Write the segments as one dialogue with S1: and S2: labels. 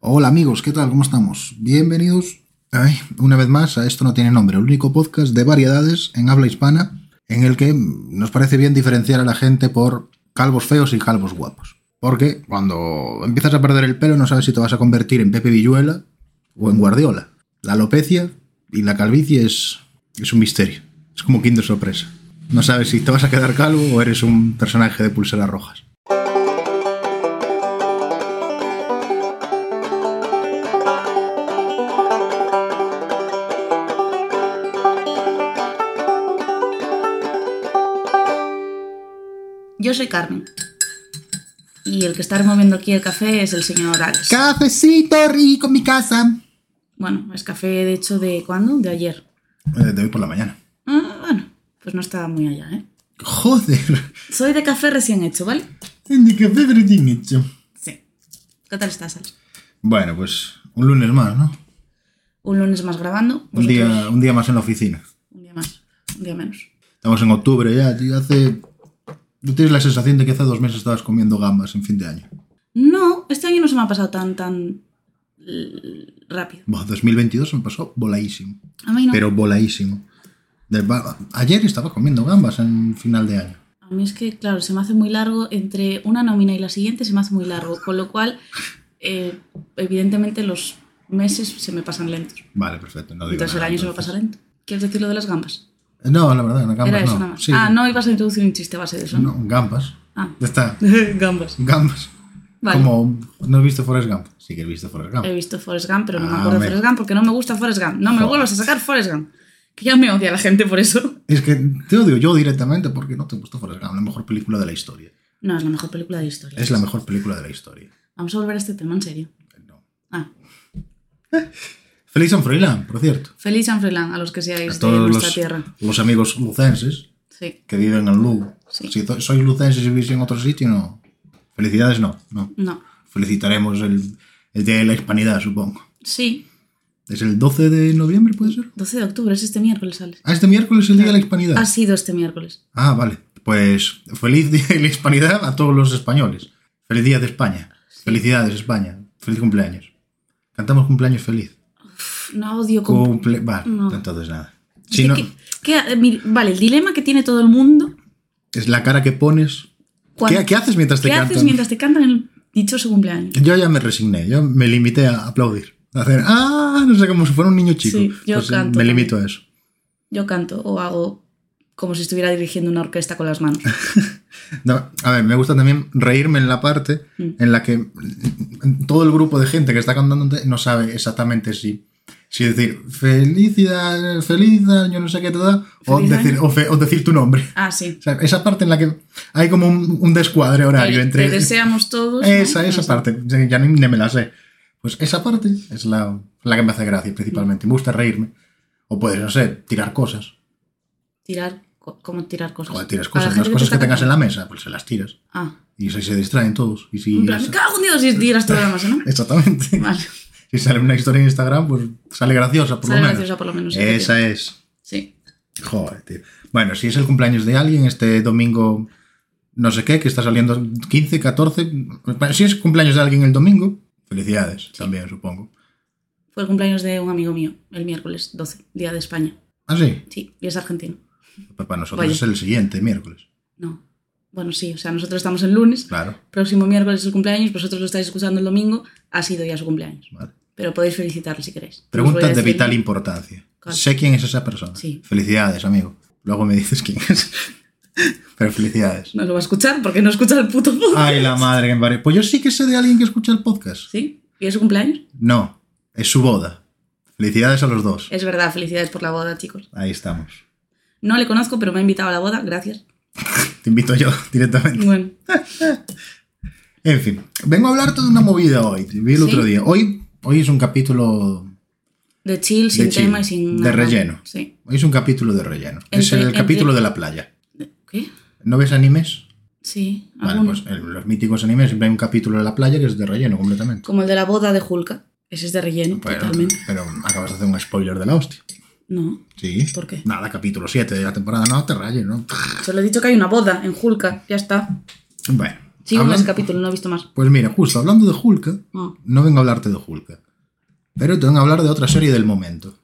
S1: Hola amigos, ¿qué tal? ¿Cómo estamos? Bienvenidos ay, una vez más a Esto no tiene nombre, el único podcast de variedades en habla hispana en el que nos parece bien diferenciar a la gente por calvos feos y calvos guapos. Porque cuando empiezas a perder el pelo no sabes si te vas a convertir en Pepe Villuela o en Guardiola. La alopecia y la calvicie es, es un misterio. Es como Kinder Sorpresa. No sabes si te vas a quedar calvo o eres un personaje de pulseras rojas.
S2: Yo soy Carmen. Y el que está removiendo aquí el café es el señor Alex.
S1: Cafecito rico en mi casa.
S2: Bueno, es café de hecho de cuándo? De ayer.
S1: Eh, De hoy por la mañana.
S2: Ah, bueno, pues no estaba muy allá, ¿eh?
S1: Joder.
S2: Soy de café recién hecho, ¿vale?
S1: De café recién hecho.
S2: Sí. ¿Qué tal estás, Alex?
S1: Bueno, pues un lunes más, ¿no?
S2: Un lunes más grabando.
S1: Un
S2: vosotros-
S1: día, un día más en la oficina.
S2: Un día más, un día menos.
S1: Estamos en octubre ya, tío. Hace. ¿No tienes la sensación de que hace dos meses estabas comiendo gambas en fin de año?
S2: No, este año no se me ha pasado tan, tan l- rápido.
S1: Buah, 2022 se me pasó voladísimo.
S2: A mí no.
S1: Pero voladísimo. De- va- Ayer estaba comiendo gambas en final de año.
S2: A mí es que, claro, se me hace muy largo. Entre una nómina y la siguiente se me hace muy largo. Con lo cual, eh, evidentemente, los meses se me pasan lentos.
S1: Vale, perfecto. No digo
S2: Entonces el
S1: nada,
S2: año se va a pasar lento. ¿Quieres decir lo de las gambas?
S1: No, la verdad, las gambas
S2: Era eso
S1: no.
S2: nada más.
S1: Sí,
S2: ah, no ibas a introducir un chiste a base de eso, ¿no?
S1: no, gambas.
S2: Ah.
S1: Ya está.
S2: gambas.
S1: Gambas.
S2: Vale.
S1: Como. ¿No has visto Forrest Gump? Sí que he visto Forrest Gump.
S2: He visto Forrest Gump, pero no
S1: Ah,
S2: me acuerdo
S1: hombre.
S2: de Forrest Gump porque no me gusta Forrest Gump. No me
S1: Joder.
S2: vuelvas a sacar Forrest Gump. Que ya me odia la gente por eso.
S1: Es que te odio yo directamente porque no te gustó Forrest Gump, la mejor película de la historia.
S2: No, es la mejor película de la historia.
S1: Es la mejor película de la historia.
S2: Vamos a volver a este tema, en serio.
S1: No.
S2: Ah.
S1: Feliz San Froilán, por cierto.
S2: Feliz San Froilán a los que seáis
S1: A
S2: de
S1: todos
S2: nuestra
S1: los,
S2: Este, tierra.
S1: los amigos lucenses
S2: Sí.
S1: que viven en Lugo.
S2: Sí.
S1: Si to- sois lucenses y vivís en otro sitio, no. Felicidades, no. no.
S2: No.
S1: Felicitaremos el, el Día de la Hispanidad, supongo.
S2: Sí.
S1: ¿Es el 12 de noviembre, puede ser?
S2: 12 de octubre, es este miércoles, Alex.
S1: Ah, este miércoles es el Día de la Hispanidad.
S2: Ha sido este miércoles.
S1: Ah, vale. Pues feliz Día de la Hispanidad a todos los españoles. Feliz Día de España. Felicidades, España. Feliz cumpleaños. Cantamos cumpleaños feliz.
S2: Pff, No odio con...
S1: Cumple... Vale,
S2: No.
S1: entonces nada.
S2: Es
S1: Si
S2: que-
S1: no,
S2: que- que- eh, mira, vale, el dilema que tiene todo el mundo
S1: es la cara que pones.
S2: cuando-
S1: ¿Qué, qué haces mientras te
S2: ¿Qué
S1: cantan?
S2: haces mientras te cantan el dichoso cumpleaños?
S1: Yo ya me resigné. Yo me limité a aplaudir. A hacer, ah, no sé, como si fuera un niño chico.
S2: Sí, yo
S1: Pues, eh,
S2: canto
S1: Me
S2: también.
S1: limito a eso.
S2: Yo canto o hago como si estuviera dirigiendo una orquesta con las manos.
S1: No, a ver, me gusta también reírme en la parte
S2: Mm.
S1: en la que todo el grupo de gente que está cantando no sabe exactamente si, si decir felicidad, feliz año, no sé qué te da, o
S2: Feliz
S1: decir, o fe- o decir tu nombre.
S2: Ah, sí.
S1: O sea, esa parte en la que hay como un, un descuadre horario
S2: El-
S1: entre.
S2: Te deseamos todos. ¿no?
S1: esa, esa
S2: No sé.
S1: parte. Sí, Ya ni, ni me la sé. Pues esa parte es la, la que me hace gracia
S2: Mm.
S1: principalmente. Me gusta reírme. O puedes, no sé, tirar cosas.
S2: Tirar, co- ¿cómo tirar cosas?
S1: O tiras
S2: A la
S1: cosas.
S2: gente
S1: Las cosas que
S2: está
S1: tengas en
S2: cantando.
S1: la mesa, pues se las tiras.
S2: Ah,
S1: Y se, se distraen todos. Y si
S2: en plan, me cago en Dios si tiras todo lo demás, ¿eh, ¿no?
S1: Exactamente.
S2: Vale,
S1: Si sale una historia en Instagram, pues sale graciosa, por
S2: sale
S1: lo menos.
S2: graciosa por lo menos. sí,
S1: Esa es.
S2: Sí.
S1: Joder, tío. Bueno, si es el cumpleaños de alguien este domingo, no sé qué, que está saliendo 15, 14. Si es cumpleaños de alguien el domingo, felicidades también, supongo.
S2: Fue el cumpleaños de un amigo mío, el miércoles 12, día de España.
S1: Ah, sí.
S2: Sí, y es argentino.
S1: Pues para nosotros
S2: Vaya.
S1: es el siguiente, miércoles.
S2: No. Bueno, sí, o sea, nosotros estamos el lunes,
S1: Claro.
S2: próximo miércoles es el cumpleaños, vosotros lo estáis escuchando el domingo, ha sido ya su cumpleaños.
S1: Vale.
S2: Pero podéis felicitarle si queréis. No os voy
S1: Pregunta
S2: a
S1: de
S2: decir-
S1: vital importancia.
S2: Claro.
S1: Sé quién es esa persona.
S2: Sí.
S1: Felicidades, amigo. Luego me dices quién es. Pero felicidades.
S2: No lo va a escuchar porque no escucha el puto podcast.
S1: Ay, la madre que me parió. Pues yo sí que sé de alguien que escucha el podcast.
S2: ¿Sí? ¿Y es su cumpleaños?
S1: No, es su boda. Felicidades a los dos.
S2: Es verdad, felicidades por la boda, chicos.
S1: Ahí estamos.
S2: No le conozco, pero me ha invitado a la boda, gracias.
S1: Te invito yo directamente.
S2: Bueno,
S1: En fin, vengo a hablarte de una movida hoy. Te vi el
S2: Sí.
S1: otro día. Hoy, hoy es un capítulo.
S2: de chill, sin
S1: De chill,
S2: tema y sin.
S1: de
S2: nada.
S1: relleno.
S2: Sí.
S1: Hoy es un capítulo de relleno. es
S2: Entre-
S1: el
S2: entre-
S1: capítulo de la playa.
S2: ¿Qué?
S1: ¿No ves animes?
S2: Sí,
S1: Vale,
S2: alguno.
S1: pues en los míticos animes siempre hay un capítulo de la playa que es de relleno completamente.
S2: Como el de la boda de Julka. Ese es de relleno,
S1: Pero,
S2: totalmente.
S1: pero acabas de hacer un spoiler de la hostia.
S2: No,
S1: Sí.
S2: ¿por qué?
S1: Nada, capítulo 7 de la temporada. No te rayes, ¿no?
S2: Solo he dicho que hay una boda en Julka, ya está.
S1: Bueno,
S2: Sigo en
S1: Hablando-
S2: ese capítulo, no he visto más. Ah.
S1: Pues mira, justo hablando de Hulka,
S2: No.
S1: no vengo a hablarte de Hulka, pero te vengo a hablar de otra serie del momento,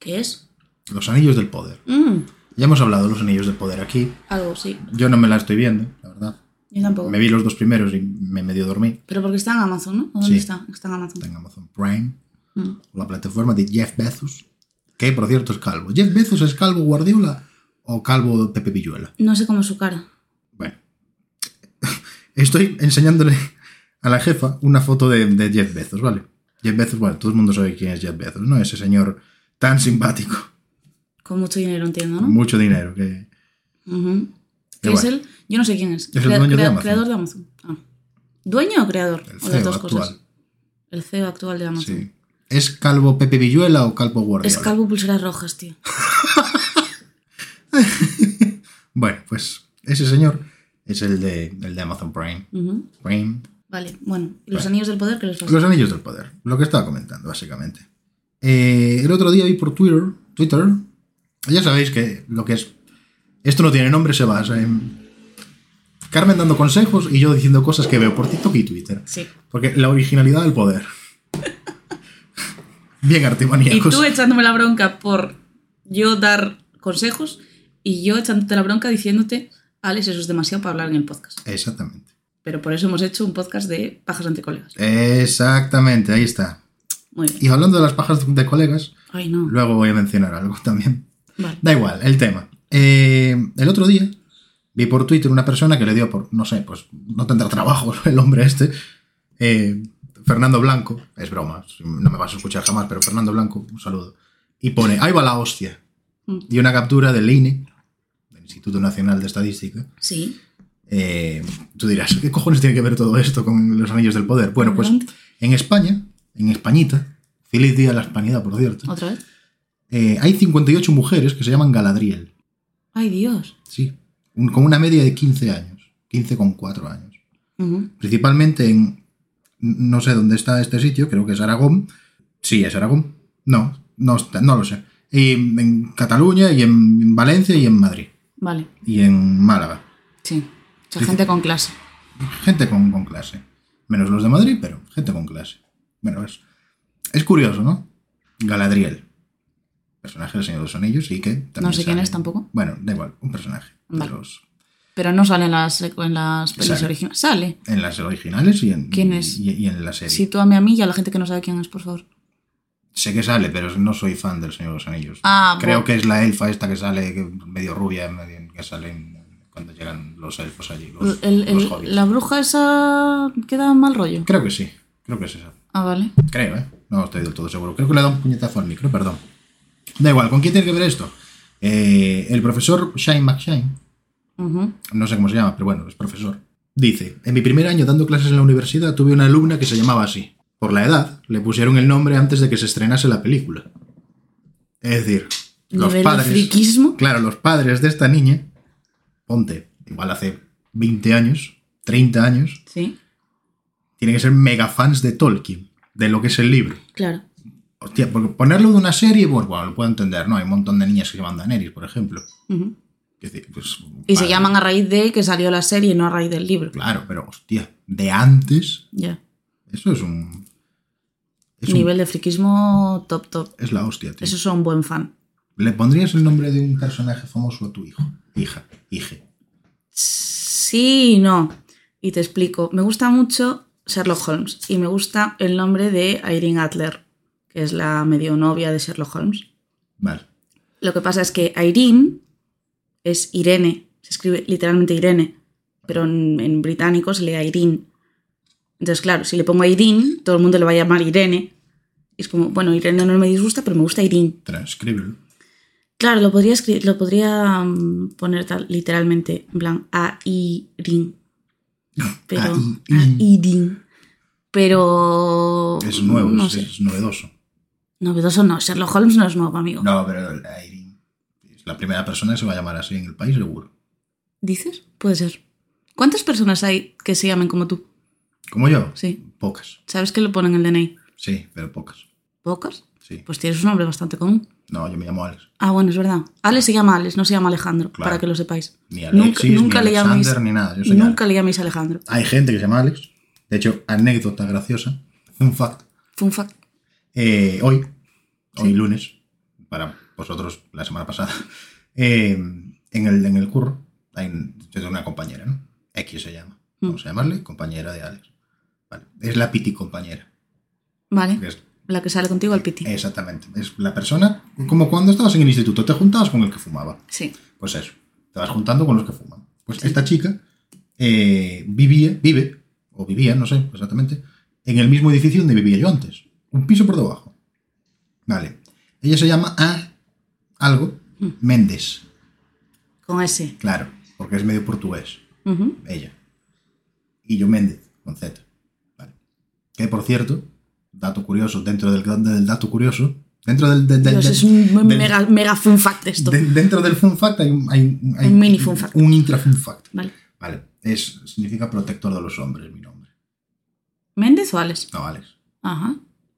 S2: ¿Qué es?
S1: Los Anillos del Poder.
S2: Mm,
S1: Ya hemos hablado de Los Anillos del Poder aquí,
S2: algo, sí.
S1: yo no me la estoy viendo, la verdad.
S2: Yo tampoco.
S1: Me vi los dos primeros y me medio dormí,
S2: Pero porque está en Amazon, ¿no? ¿O ¿Dónde
S1: Sí.
S2: está? Está en Amazon.
S1: está en Amazon Prime,
S2: Mm.
S1: la plataforma de Jeff Bezos, que por cierto es calvo. ¿Jeff Bezos es calvo Guardiola o calvo Pepe Villuela?
S2: No sé cómo es su cara.
S1: Bueno, estoy enseñándole a la jefa una foto de, de Jeff Bezos, ¿vale? Jeff Bezos, bueno, todo el mundo sabe quién es Jeff Bezos, ¿no? Ese señor tan simpático,
S2: Con mucho dinero, entiendo,
S1: con
S2: ¿no?
S1: mucho dinero, que
S2: Ujú.
S1: Qué
S2: Que es
S1: guay.
S2: el? Yo no sé quién es.
S1: Es el dueño de Amazon.
S2: Creador de Amazon. Ah. ¿Dueño o creador?
S1: el
S2: o las
S1: CEO
S2: dos
S1: actual.
S2: cosas. El CEO actual de Amazon.
S1: Sí. ¿Es calvo Pepe Villuela o calvo Guardiola?
S2: Es calvo pulseras rojas, tío.
S1: Bueno, pues ese señor es el de, el de Amazon Prime.
S2: Ujú.
S1: Prime.
S2: Vale, bueno. ¿Y los
S1: Vale.
S2: anillos del poder que los vas
S1: Los anillos del poder, lo que estaba comentando, básicamente. Eh, el otro día vi por Twitter, Twitter, ya sabéis que lo que es, esto no tiene nombre, se basa en Carmen dando consejos y yo diciendo cosas que veo por TikTok y Twitter.
S2: Sí.
S1: Porque la originalidad del poder. Bien
S2: Y
S1: artimaníacos.
S2: tú echándome la bronca por yo dar consejos y yo echándote la bronca diciéndote, Alex, eso es demasiado para hablar en el podcast.
S1: Exactamente.
S2: Pero por eso hemos hecho un podcast de pajas entre colegas.
S1: Exactamente, ahí está.
S2: Muy bien.
S1: Y hablando de las pajas de colegas,
S2: Ay, no.
S1: luego voy a mencionar algo también.
S2: Vale.
S1: Da igual, el tema. Eh, el otro día vi por Twitter una persona que le dio por, no sé, pues no tendrá trabajo el hombre este. eh, Fernando Blanco, es broma, no me vas a escuchar jamás, pero Fernando Blanco, un saludo. Y pone, ahí va la hostia.
S2: Mm.
S1: Y una captura del INE, del Instituto Nacional de Estadística.
S2: Sí.
S1: Eh, tú dirás, ¿qué cojones tiene que ver todo esto con los anillos del poder? Bueno, pues
S2: Adelante.
S1: en España, en Españita, feliz día de la Españidad, por cierto,
S2: ¿Otra vez?
S1: eh, hay 58 mujeres que se llaman Galadriel.
S2: Ay, Dios.
S1: Sí, un- con una media de 15 años, 15,4 años.
S2: Ujú.
S1: Principalmente en, no sé dónde está este sitio, creo que es Aragón. Sí, es Aragón. No, no, está- no lo sé. Y en Cataluña, y en Valencia, y en Madrid,
S2: Vale.
S1: y en Málaga.
S2: Sí. O sea,
S1: Sí,
S2: gente con clase.
S1: Gente con, con clase. Menos los de Madrid, pero gente con clase. Bueno, es, es curioso, ¿no? Galadriel. Personaje del Señor de los Anillos y que... también
S2: No sé quién
S1: sale-
S2: es tampoco.
S1: Bueno, da igual, un personaje. de
S2: Vale.
S1: los-
S2: Pero no sale en las, en las pelis
S1: Sale.
S2: originales. Sale.
S1: En las originales y en,
S2: ¿Quién es?
S1: Y, y en la serie.
S2: Sitúame a mí y a la gente que no sabe quién es, por favor.
S1: Sé que sale, pero no soy fan del Señor de los Anillos.
S2: Ah,
S1: Creo
S2: bueno.
S1: que es la elfa esta que sale, que medio rubia, medio- que sale en- cuando llegan los elfos allí, los,
S2: El- el-
S1: los hobbits.
S2: la bruja esa queda mal rollo.
S1: Creo que sí, creo que es esa.
S2: Ah, vale.
S1: Creo, ¿eh? No estoy del todo seguro. Creo que le da un puñetazo al micro, perdón. Da igual, ¿con quién tiene que ver esto? Eh, el profesor Shane McShane,
S2: Ujú.
S1: no sé cómo se llama, pero bueno, es profesor. Dice, en mi primer año dando clases en la universidad tuve una alumna que se llamaba así. Por la edad, le pusieron el nombre antes de que se estrenase la película. Es decir, los
S2: Nivel de
S1: padres...
S2: friquismo.
S1: Claro, los padres de esta niña, ponte, igual hace 20 años, 30 años,
S2: Sí,
S1: tienen que ser mega fans de Tolkien, de lo que es el libro.
S2: claro.
S1: Hostia, porque ponerlo de una serie, pues bueno, lo puedo entender, ¿no? Hay un montón de niñas que se llaman Daenerys, por ejemplo.
S2: Ujú.
S1: Es decir, pues,
S2: Y se
S1: vale,
S2: llaman a raíz de que salió la serie, no a raíz del libro.
S1: Claro, pero hostia, de antes
S2: Ya.
S1: Eso es un. Es, un-
S2: Nivel de friquismo top, top.
S1: es la hostia, tío.
S2: Eso es un buen fan.
S1: ¿Le pondrías el nombre de un personaje famoso a tu hijo? Hija, hije.
S2: Sí y no. Y te explico. Me gusta mucho Sherlock Holmes y me gusta el nombre de Irene Adler, que es la medio novia de Sherlock Holmes.
S1: Vale.
S2: Lo que pasa es que Irene es Irene, se escribe literalmente Irene, pero en, en británico se lee Irene. Entonces, claro, si le pongo Irene, todo el mundo le va a llamar Irene. Y es como, bueno, Irene no me disgusta, pero me gusta Irene.
S1: Transcríbelo.
S2: Claro, lo podría, escri- lo podría mm, poner tal- literalmente en plan a Irene. Pero,
S1: A
S2: a
S1: Irene.
S2: Irene. Pero.
S1: Es nuevo,
S2: No
S1: es,
S2: sé.
S1: es novedoso.
S2: Novedoso no, Sherlock Holmes no es nuevo, amigo.
S1: No, pero la Irene. Es la primera persona que se va a llamar así en el país, seguro.
S2: ¿Dices? Puede ser. ¿Cuántas personas hay que se llamen como tú?
S1: ¿Como yo?
S2: Sí.
S1: Pocas.
S2: ¿Sabes que lo ponen en el DNI?
S1: Sí, pero pocas.
S2: ¿Pocas?
S1: Sí.
S2: Pues tienes un nombre bastante común.
S1: No, yo me llamo Alex.
S2: Ah, bueno, es verdad. Alex se llama Alex, no se llama Alejandro,
S1: Claro.
S2: para que lo sepáis.
S1: Ni Alexis,
S2: nunca, nunca
S1: ni
S2: le
S1: Alexander,
S2: llaméis,
S1: ni nada. Yo soy
S2: nunca le llaméis Alejandro.
S1: Alex. Hay gente que se llama Alex. De hecho, anécdota graciosa. Un fact.
S2: Fun fact.
S1: Eh, hoy, hoy lunes, para vosotros la semana pasada, eh, en, el, en el curro, hay un- yo tengo una compañera, ¿no? X se llama.
S2: Mm.
S1: Vamos a llamarle compañera de Alex. Vale. Es la piti compañera.
S2: Vale,
S1: que es-
S2: la que sale contigo al
S1: Eh.
S2: piti.
S1: exactamente. Es la persona, como cuando estabas en el instituto, te juntabas con el que fumaba.
S2: Sí.
S1: Pues eso, te vas juntando con los que fuman. Pues esta chica eh, vivía, vive, o vivía, no sé exactamente, en el mismo edificio donde vivía yo antes. Un piso por debajo. Vale. Ella se llama A. Algo. Méndez.
S2: Con ese.
S1: Claro, porque es medio portugués.
S2: Ujú.
S1: Ella. Y yo Méndez, con Z. Vale. Que por cierto, dato curioso, dentro del, del dato curioso, dentro del... del- del-
S2: Dios,
S1: del-
S2: es un
S1: del-
S2: mega, mega fun fact esto.
S1: de- dentro del fun fact hay un, hay un- hay
S2: Un mini fun fact.
S1: Un intra fun fact.
S2: Vale.
S1: Vale. Es, significa protector de los hombres, mi nombre.
S2: ¿Méndez o Alex?
S1: No, Alex.
S2: Ajá.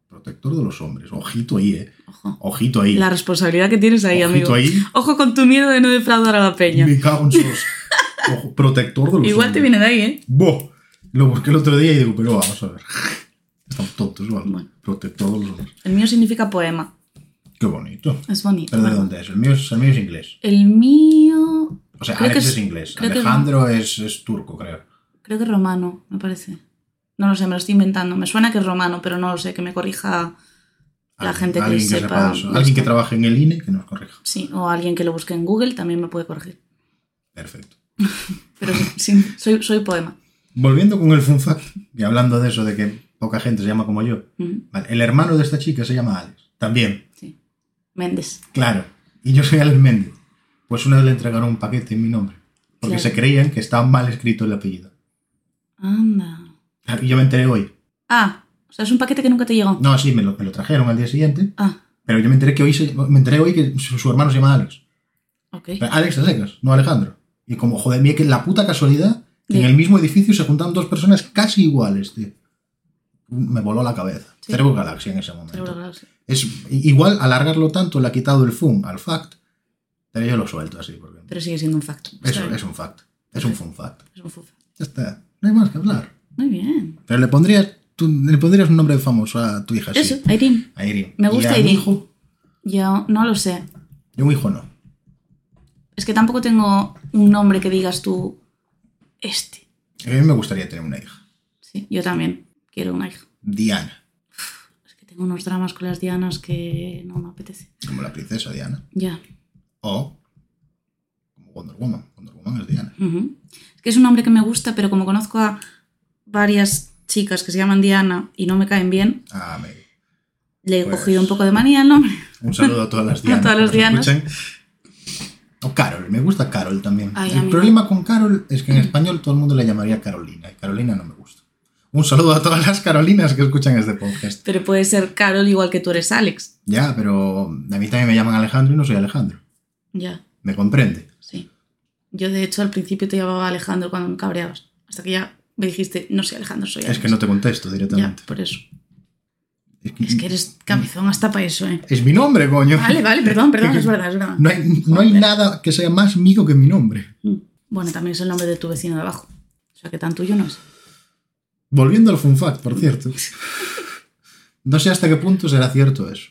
S1: Protector de los hombres. Ojito ahí, eh.
S2: Ojo.
S1: Ojito ahí.
S2: La responsabilidad que tienes ahí,
S1: Ojito
S2: amigo.
S1: ahí.
S2: Ojo con tu miedo de no defraudar a la peña.
S1: Me cago en sus. Ojo, protector de los
S2: Igual te
S1: hombres.
S2: viene de ahí, ¿eh?
S1: Buah. Lo busqué el otro día y digo, pero vamos a ver. Están tontos, ¿vale?
S2: Bueno.
S1: Protector de los hombres.
S2: El mío significa poema.
S1: Qué bonito.
S2: Es bonito.
S1: Pero ¿de
S2: ¿verdad?
S1: dónde es? El mío es, el mío es inglés.
S2: El mío.
S1: O sea,
S2: Creo que
S1: Alex es,
S2: es-
S1: inglés.
S2: creo que es-
S1: Alejandro es, es turco, creo.
S2: Creo que es romano, me parece. No lo sé, me lo estoy inventando. Me suena que es romano, pero no lo sé, que me corrija la
S1: Alguien-
S2: gente que
S1: alguien
S2: sepa.
S1: de eso. Alguien que trabaje en el INE que nos corrija.
S2: Sí, o alguien que lo busque en Google también me puede corregir.
S1: Perfecto.
S2: Pero sí, sí, soy, soy poema.
S1: Volviendo con el fun fact, y hablando de eso de que poca gente se llama como yo,
S2: Ujú,
S1: vale, el hermano de esta chica se llama Alex, también,
S2: sí. Méndez.
S1: claro, y yo soy Alex Méndez. Pues una vez le entregaron un paquete en mi nombre, porque
S2: Claro.
S1: se creían que estaba mal escrito el apellido.
S2: Anda.
S1: Claro, Y yo me enteré hoy.
S2: Ah, o sea, es un paquete que nunca te llegó.
S1: No, sí, me lo, me lo trajeron al día siguiente,
S2: Ah,
S1: pero yo me enteré que hoy, se- me enteré hoy que su, su hermano se llama Alex.
S2: ok.
S1: Pero Alex de secas, no Alejandro. Y como, joder, mía, que la puta casualidad que en
S2: Sí.
S1: el mismo edificio se juntan dos personas casi iguales, tío. Me voló la cabeza.
S2: Sí.
S1: Cerebro Galaxy en ese momento.
S2: Cerebro galaxia.
S1: Es igual alargarlo tanto le ha quitado el fun al fact, pero yo lo suelto así porque
S2: Pero sigue siendo un facto.
S1: eso
S2: Está bien.
S1: es un fact, es un fun fact.
S2: Es un fufa.
S1: Ya está, no hay más que hablar.
S2: Muy bien.
S1: Pero le pondrías tú, le pondrías un nombre famoso a tu hija,
S2: Eso,
S1: Ah, sí.
S2: Irene.
S1: A Irene.
S2: Me
S1: ¿Y
S2: gusta
S1: a un
S2: Irene.
S1: hijo?
S2: Yo no lo sé.
S1: Yo un hijo no.
S2: Es que tampoco tengo un nombre que digas tú, este.
S1: A mí me gustaría tener una hija.
S2: Sí, yo también quiero una hija.
S1: Diana,
S2: Es que tengo unos dramas con las dianas que no me apetece.
S1: como la princesa Diana.
S2: Ya.
S1: O como Wonder Woman. Wonder Woman es Diana.
S2: ujú. Es que es un nombre que me gusta, pero como conozco a varias chicas que se llaman Diana y no me caen bien,
S1: Ah, me-
S2: le he
S1: Pues-
S2: cogido un poco de manía al nombre.
S1: Un saludo a todas las Dianas.
S2: todas
S1: que
S2: las
S1: nos
S2: Dianas.
S1: escuchan. O Carol, me gusta Carol también.
S2: Ay, a
S1: el
S2: mí
S1: problema con Carol es que en español todo el mundo la llamaría Carolina y Carolina no me gusta. Un saludo a todas las Carolinas que escuchan este podcast.
S2: Pero puede ser Carol igual que tú eres Alex.
S1: Ya, pero a mí también me llaman Alejandro y no soy Alejandro.
S2: Ya,
S1: ¿Me comprende?
S2: sí. Yo de hecho al principio te llamaba Alejandro cuando me cabreabas. Hasta que ya me dijiste, no soy Alejandro, soy Alex.
S1: Es que no te contesto
S2: Ya,
S1: directamente.
S2: por eso.
S1: Es, que-
S2: Es que eres cabezón hasta para eso, ¿eh?
S1: es mi nombre, coño.
S2: Vale, vale, perdón, perdón,
S1: que-
S2: es verdad, es verdad.
S1: No hay, no hay nada que sea más mío que mi nombre.
S2: Bueno, también es el nombre de tu vecino de abajo. O sea, que tan tuyo no es.
S1: Volviendo al fun fact, por cierto. No sé hasta qué punto será cierto eso,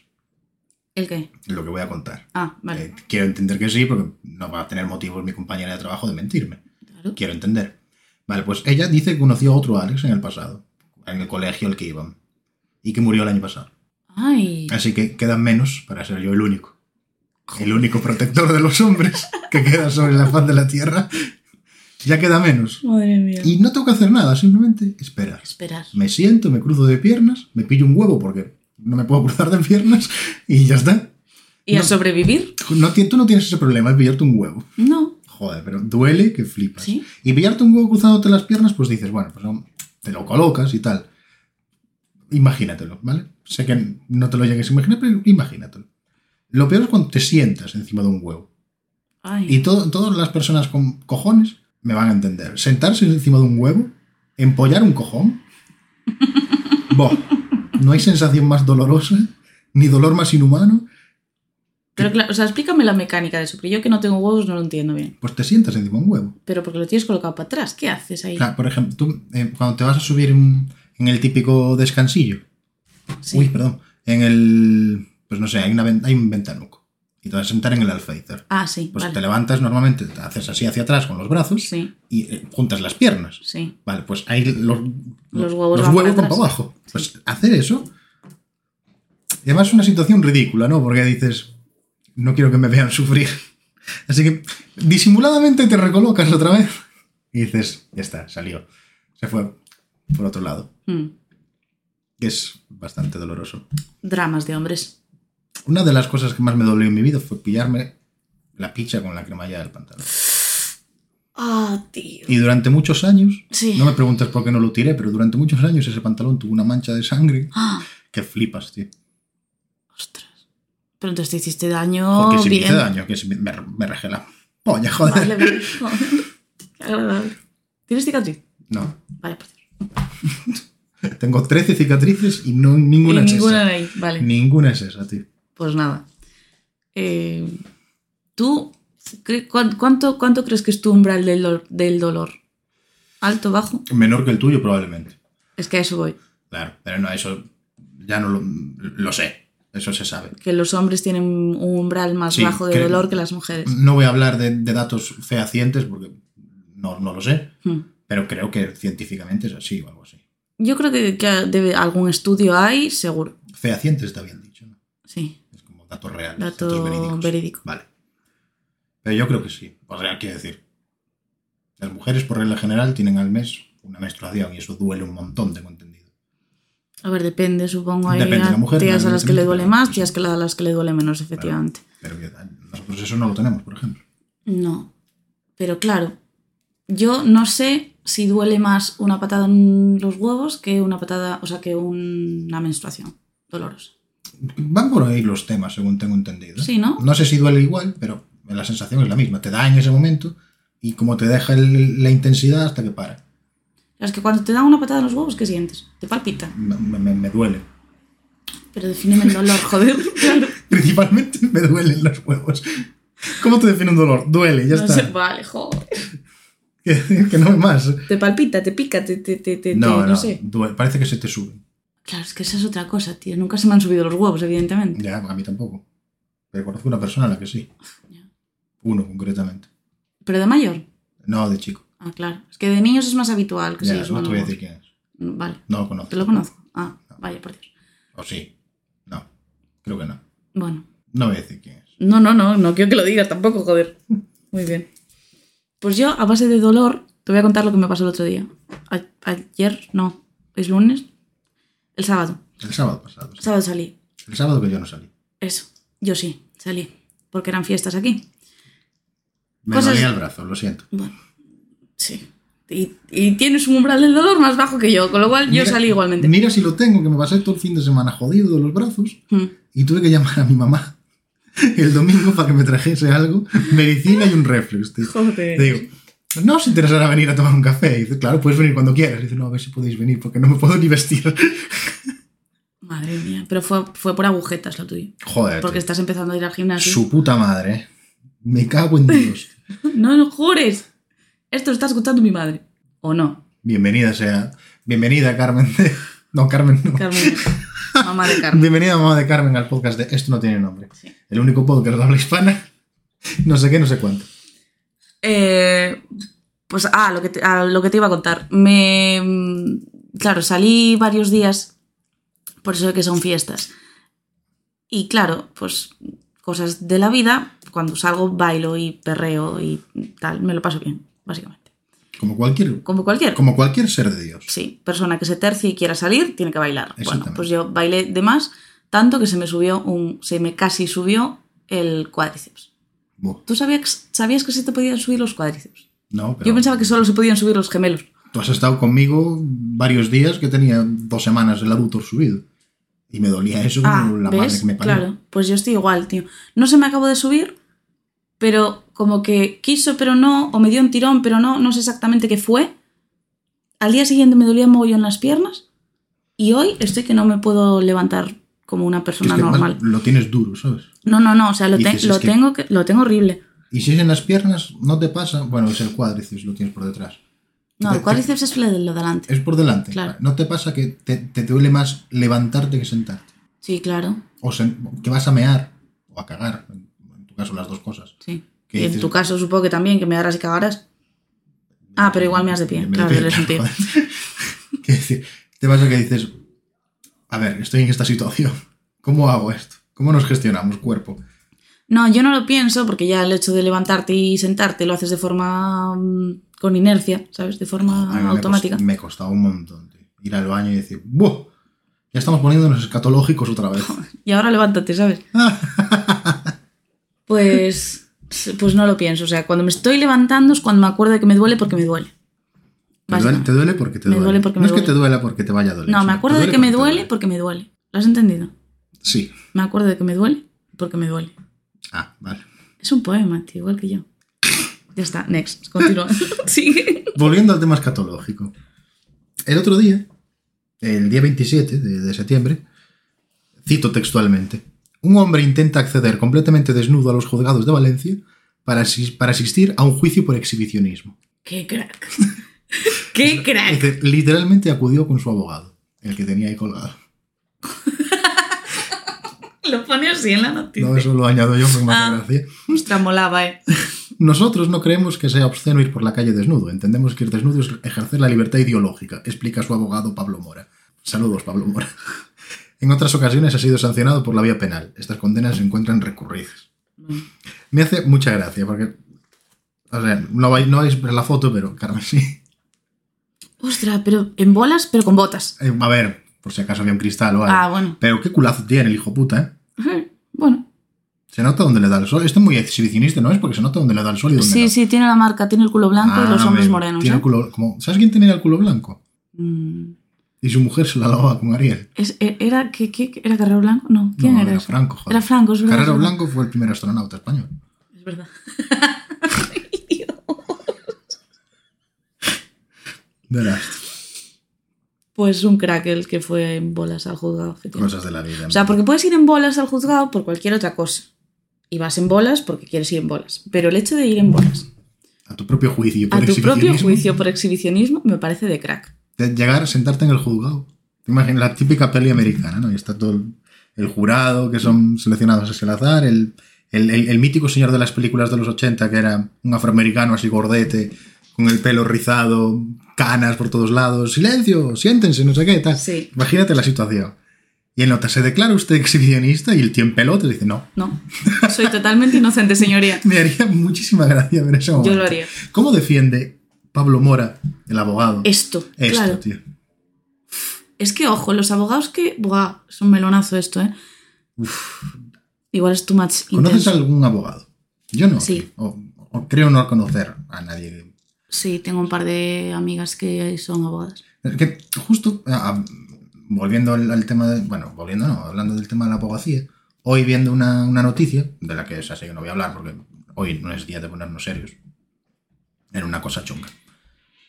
S2: ¿El qué?
S1: lo que voy a contar.
S2: Ah, vale.
S1: Eh, quiero entender que sí, porque no va a tener motivos mi compañera de trabajo de mentirme.
S2: Claro.
S1: Quiero entender. Vale, pues ella dice que conoció a otro Alex en el pasado, en el colegio al que iban, y que murió el año pasado.
S2: Ay,
S1: Así que quedan menos para ser yo el único. El único protector de los hombres que queda sobre la faz de la tierra. Ya queda menos.
S2: madre mía.
S1: Y no tengo que hacer nada, simplemente esperar.
S2: Esperar.
S1: Me siento, me cruzo de piernas, me pillo un huevo porque no me puedo cruzar de piernas y ya está.
S2: ¿Y a
S1: No.
S2: sobrevivir?
S1: No, ti- tú no tienes ese problema de pillarte un huevo.
S2: No.
S1: Joder, pero duele que flipas.
S2: Sí.
S1: Y pillarte un huevo cruzándote las piernas, pues dices, bueno, pues no, te lo colocas y tal. Imagínatelo, ¿vale? Sé que no te lo llegues a imaginar, pero imagínatelo. Lo peor es cuando te sientas encima de un huevo.
S2: Ay.
S1: Y todo- todas las personas con cojones me van a entender. Sentarse encima de un huevo, empollar un cojón. Boh, no hay sensación más dolorosa, ni dolor más inhumano
S2: Pero claro, o sea, explícame la mecánica de eso, porque yo que no tengo huevos no lo entiendo bien.
S1: Pues te sientas encima de un huevo.
S2: Pero porque lo tienes colocado para atrás, ¿qué haces ahí?
S1: O sea, por ejemplo, tú eh, cuando te vas a subir un- en el típico descansillo,
S2: Sí.
S1: uy, perdón, en el, pues no sé, hay, una, ven- hay un ventanuco y te vas a sentar en el alféizar.
S2: Ah, sí,
S1: Pues
S2: vale.
S1: te levantas normalmente, te haces así hacia atrás con los brazos
S2: Sí,
S1: y eh, juntas las piernas.
S2: sí.
S1: Vale, pues ahí los,
S2: Los huevos van para
S1: van
S2: atrás.
S1: para abajo. Pues hacer eso. Y además es una situación ridícula, ¿no? Porque dices, no quiero que me vean sufrir. Así que disimuladamente te recolocas otra vez. Y dices, ya está, salió. Se fue por otro lado.
S2: Mm.
S1: Que es bastante doloroso.
S2: Dramas de hombres.
S1: Una de las cosas que más me dolió en mi vida fue pillarme la picha con la cremallera del pantalón.
S2: Ah, tío.
S1: Y durante muchos años,
S2: Sí.
S1: no me preguntes por qué no lo tiré, pero durante muchos años ese pantalón tuvo una mancha de sangre
S2: Ah,
S1: que flipas, tío.
S2: ostras. Pero entonces te hiciste daño.
S1: Porque si
S2: Oh, bien.
S1: me hice daño, que si me, me, me rajé la polla, joder.
S2: Vale, vale. Qué agradable. ¿Tienes cicatriz?
S1: No,
S2: Vale, pues.
S1: tengo 13 cicatrices y no, ninguna
S2: Y
S1: es
S2: eh, ninguna
S1: esa.
S2: de ahí. Vale.
S1: Ninguna es esa, tío.
S2: Pues nada. Eh, ¿Tú cre- cuán- cuánto, cuánto crees que es tu umbral del, dol- del dolor? ¿Alto, bajo?
S1: Menor que el tuyo, probablemente.
S2: Es que a eso voy.
S1: Claro, pero no, eso ya no lo, lo sé. Eso se sabe.
S2: Que los hombres tienen un umbral más
S1: Sí,
S2: bajo de
S1: creo-
S2: dolor que las mujeres.
S1: No voy a hablar de, de datos fehacientes porque no, no lo sé,
S2: Hmm.
S1: pero creo que científicamente es así o algo así.
S2: Yo creo que, que debe- algún estudio hay, seguro.
S1: Fehacientes está bien dicho, ¿no?
S2: Sí.
S1: Es como datos reales,
S2: Dato
S1: datos verídicos.
S2: verídico.
S1: Vale. Pero yo creo que sí. O sea, quiero decir, las mujeres por regla general tienen al mes una menstruación y eso duele un montón, tengo entendido.
S2: A ver, depende, supongo. Hay
S1: Depende de la mujer,
S2: tías a las que le duele
S1: evidentemente,
S2: más,
S1: pero-
S2: tías que a las que le duele menos, efectivamente.
S1: Pero que ah, nosotros eso no lo tenemos, por ejemplo.
S2: No. Pero claro, yo no sé si duele más una patada en los huevos que una patada, o sea, que una menstruación dolorosa.
S1: Van por ahí los temas, según tengo entendido. ¿eh?
S2: Sí, ¿no?
S1: No sé si duele igual, pero la sensación es la misma. Te da en ese momento y como te deja el- la intensidad hasta que para.
S2: Es que cuando te dan una patada en los huevos, ¿qué sientes? Te palpita.
S1: Me, me- me duele.
S2: Pero defíneme el dolor, joder. Claro.
S1: Principalmente me duelen los huevos. ¿Cómo te define un dolor? Duele, ya
S2: No
S1: está.
S2: sé, vale, joder.
S1: Que, que no hay más.
S2: Te palpita, te pica, te, te, te, te- Eh, te-
S1: No,
S2: no,
S1: no,
S2: sé.
S1: duele. parece que se te sube.
S2: Claro, es que esa es otra cosa, tío. Nunca se me han subido los huevos, evidentemente.
S1: Ya, a mí tampoco. Pero conozco una persona a la que sí.
S2: Ya.
S1: Uno, concretamente.
S2: Pero de mayor.
S1: No, de chico.
S2: Ah, claro. Es que de niños es más habitual que se
S1: Ya, no
S2: les suban
S1: te
S2: los
S1: voy a
S2: huevos.
S1: decir quién es.
S2: Vale,
S1: No lo conozco.
S2: te lo conozco. Ah, vaya, por Dios.
S1: O sí. No. Creo que no.
S2: Bueno.
S1: No voy a decir quién es.
S2: No, no, no, no quiero que lo digas tampoco, joder. Muy bien. Pues yo, a base de dolor, te voy a contar lo que me pasó el otro día. A- ayer, no, es lunes. El sábado.
S1: El sábado pasado.
S2: El
S1: sí.
S2: sábado salí.
S1: El sábado que yo no salí.
S2: Eso. Yo sí, salí. Porque eran fiestas aquí.
S1: Me
S2: Cosas-
S1: dolía el brazo, lo siento.
S2: Bueno, sí. Y, y tienes un umbral del dolor más bajo que yo, con lo cual yo
S1: Mira-
S2: salí igualmente.
S1: Mira si lo tengo, que me pasé todo el fin de semana jodido de los brazos
S2: Mm.
S1: y tuve que llamar a mi mamá el domingo para que me trajese algo, medicina y un reflex. tío.
S2: Joder.
S1: Le digo, ¿no os interesará venir a tomar un café? Y dice, claro, puedes venir cuando quieras. Y dice, no, a ver si podéis venir porque no me puedo ni vestir.
S2: Madre mía, pero fue, fue por agujetas lo tuyo.
S1: Joder.
S2: Porque
S1: tío.
S2: estás empezando a ir al gimnasio.
S1: Su puta madre. eh. Me cago en Dios.
S2: No, no jures. Esto lo está escuchando mi madre. ¿O no?
S1: Bienvenida sea. Bienvenida, Carmen. de- No, Carmen no.
S2: Carmen. mamá de Carmen.
S1: Bienvenida, mamá de Carmen, al podcast de Esto no tiene nombre.
S2: Sí.
S1: El único podcast de habla hispana. No sé qué, no sé cuánto.
S2: Eh, pues, ah, lo que, te, a lo que te iba a contar. Me. mm, Claro, salí varios días, por eso que son fiestas. Y claro, pues cosas de la vida, cuando salgo bailo y perreo y tal, me lo paso bien, básicamente.
S1: Como cualquier,
S2: Como cualquier.
S1: como cualquier ser de Dios.
S2: Sí, persona que se tercie y quiera salir, tiene que bailar. Bueno,
S1: Exactamente.
S2: pues yo bailé de más, tanto que se me subió un. se me casi subió el cuádriceps.
S1: Buh,
S2: ¿Tú sabías, sabías que se te podían subir los cuádriceps?
S1: No, pero
S2: Yo pensaba que solo se podían subir los gemelos.
S1: Tú has estado conmigo varios días que tenía dos semanas el adutor subido. Y me dolía eso
S2: Ah,
S1: como la madre
S2: ¿ves?
S1: que me parió.
S2: Claro, pues yo estoy igual, tío. No se me acabó de subir, pero como que quiso, pero no, o me dio un tirón, pero no, no sé exactamente qué fue. Al día siguiente me dolía mogollón las piernas y hoy estoy que no me puedo levantar como una
S1: Que es
S2: persona
S1: que además
S2: normal.
S1: lo tienes duro, ¿sabes?
S2: No, no, no, o sea, lo, te-
S1: Dices, es
S2: lo
S1: que-
S2: tengo que- lo tengo horrible.
S1: Y si es en las piernas, no te pasa. Bueno, es el cuádriceps, lo tienes por detrás.
S2: No,
S1: Te-
S2: el
S1: te-
S2: cuádriceps es lo de lo de delante.
S1: Es por delante.
S2: Claro.
S1: No te pasa que te, te duele más levantarte que sentarte.
S2: Sí, claro,
S1: O sen- que vas a mear o a cagar. En, en tu caso, las dos cosas.
S2: sí.
S1: ¿Qué
S2: Y en
S1: dices?
S2: tu caso supongo que también, que me darás y cagaras. Ah, pero igual me das de pie,
S1: Me de
S2: claro,
S1: pie,
S2: eres un
S1: claro,
S2: tío.
S1: joder. Quiero decir, te pasa que dices, a ver, estoy en esta situación. ¿Cómo hago esto? ¿Cómo nos gestionamos cuerpo?
S2: No, yo no lo pienso porque ya el hecho de levantarte y sentarte lo haces de forma mm, con inercia, ¿sabes? De forma
S1: A mí me
S2: Ah, automática.
S1: cost- Me costaba un montón, tío. Ir al baño y decir, ¡buah! Ya estamos poniéndonos escatológicos otra vez.
S2: Y ahora levántate, ¿sabes? pues, pues no lo pienso. O sea, cuando me estoy levantando es cuando me acuerdo de que me duele porque me duele.
S1: ¿Te duele, te
S2: Básicamente.
S1: duele porque te
S2: Me
S1: duele.
S2: duele porque
S1: no
S2: me
S1: es que
S2: duele.
S1: te duela porque te vaya a doler.
S2: No,
S1: sino
S2: me
S1: te
S2: acuerdo de que me
S1: porque te
S2: duele porque me duele. ¿Lo has entendido?
S1: Sí.
S2: Me acuerdo de que me duele porque me duele.
S1: Ah, vale.
S2: Es un poema, tío, igual que yo. Ya está, next, continúa. Sigue.
S1: Volviendo al tema escatológico. El otro día, el día 27 de, de septiembre, cito textualmente, un hombre intenta acceder completamente desnudo a los juzgados de Valencia para, asi- para asistir a un juicio por exhibicionismo.
S2: ¡Qué crack! ¡Qué
S1: Es
S2: crack!
S1: decir, literalmente acudió con su abogado, el que tenía ahí colgado.
S2: Lo pone así en la noticia.
S1: No, eso lo añado yo porque me hace
S2: Ah.
S1: gracia.
S2: Ostras, molaba, eh.
S1: Nosotros no creemos que sea obsceno ir por la calle desnudo. Entendemos que ir desnudo es ejercer la libertad ideológica, explica su abogado Pablo Mora. Saludos, Pablo Mora. En otras ocasiones ha sido sancionado por la vía penal. Estas condenas se encuentran recurridas. Me hace mucha gracia porque. O sea, no vais, no vais a ver la foto, pero Carmen sí.
S2: Ostras, pero en bolas, pero con botas.
S1: Eh, A ver, por si acaso había un cristal o algo.
S2: Ah, bueno.
S1: Pero qué culazo tiene el hijo puta, ¿eh?
S2: Bueno.
S1: Se nota dónde le da el sol. Este es muy exhibicionista, ¿no? Es porque se nota dónde le da el sol y dónde
S2: Sí,
S1: no.
S2: sí, tiene la marca, tiene el culo blanco y los
S1: Ah,
S2: hombros
S1: amigo,
S2: morenos.
S1: tiene
S2: ¿eh?
S1: el culo- como- ¿Sabes quién tenía el culo blanco?
S2: Mm,
S1: Y su mujer se la lava con Ariel.
S2: es- e- ¿Era, qué, qué- qué- ¿Era Carrero Blanco? No, ¿quién
S1: No,
S2: era?
S1: era
S2: ese?
S1: Franco, joder.
S2: Era Franco, es verdad.
S1: Carrero
S2: es verdad.
S1: Blanco fue el primer astronauta español.
S2: Es verdad.
S1: Verás,
S2: Pues un crack el que fue en bolas al juzgado. efectivamente.
S1: cosas de la vida.
S2: O sea, porque puedes ir en bolas al juzgado por cualquier otra cosa. Y vas en bolas porque quieres ir en bolas. Pero el hecho de ir en bolas
S1: A tu propio juicio.
S2: a
S1: por
S2: tu propio
S1: exhibicionismo,
S2: juicio por exhibicionismo me parece de crack.
S1: De llegar, sentarte en el juzgado. Te imaginas la típica peli americana, ¿no? Y está todo el, el jurado, que son seleccionados así al azar. El, el- el- el mítico señor de las películas de los 80, que era un afroamericano así gordete, con el pelo rizado, canas por todos lados. Silencio, siéntense, no sé qué, tal.
S2: Sí.
S1: Imagínate la situación. Y en nota, ¿se declara usted exhibicionista? Y el tío en pelotas dice, no.
S2: No, soy totalmente inocente, señoría.
S1: Me haría muchísima gracia ver ese momento.
S2: Yo lo haría.
S1: ¿Cómo defiende Pablo Mora, el abogado,
S2: Esto,
S1: esto,
S2: claro.
S1: tío?
S2: Es que, ojo, los abogados que... Buah, es un melonazo esto, ¿eh? Igual es too much
S1: ¿Conoces
S2: intenso.
S1: a algún abogado? Yo no.
S2: Sí.
S1: tío. O, o creo no conocer a nadie.
S2: Sí, tengo un par de amigas que son abogadas.
S1: Es que justo, ah, ah, volviendo al, al tema de, bueno, volviendo no, hablando del tema de la abogacía, hoy viendo una, una noticia, de la que es así que no voy a hablar porque hoy no es día de ponernos serios, era una cosa chunga.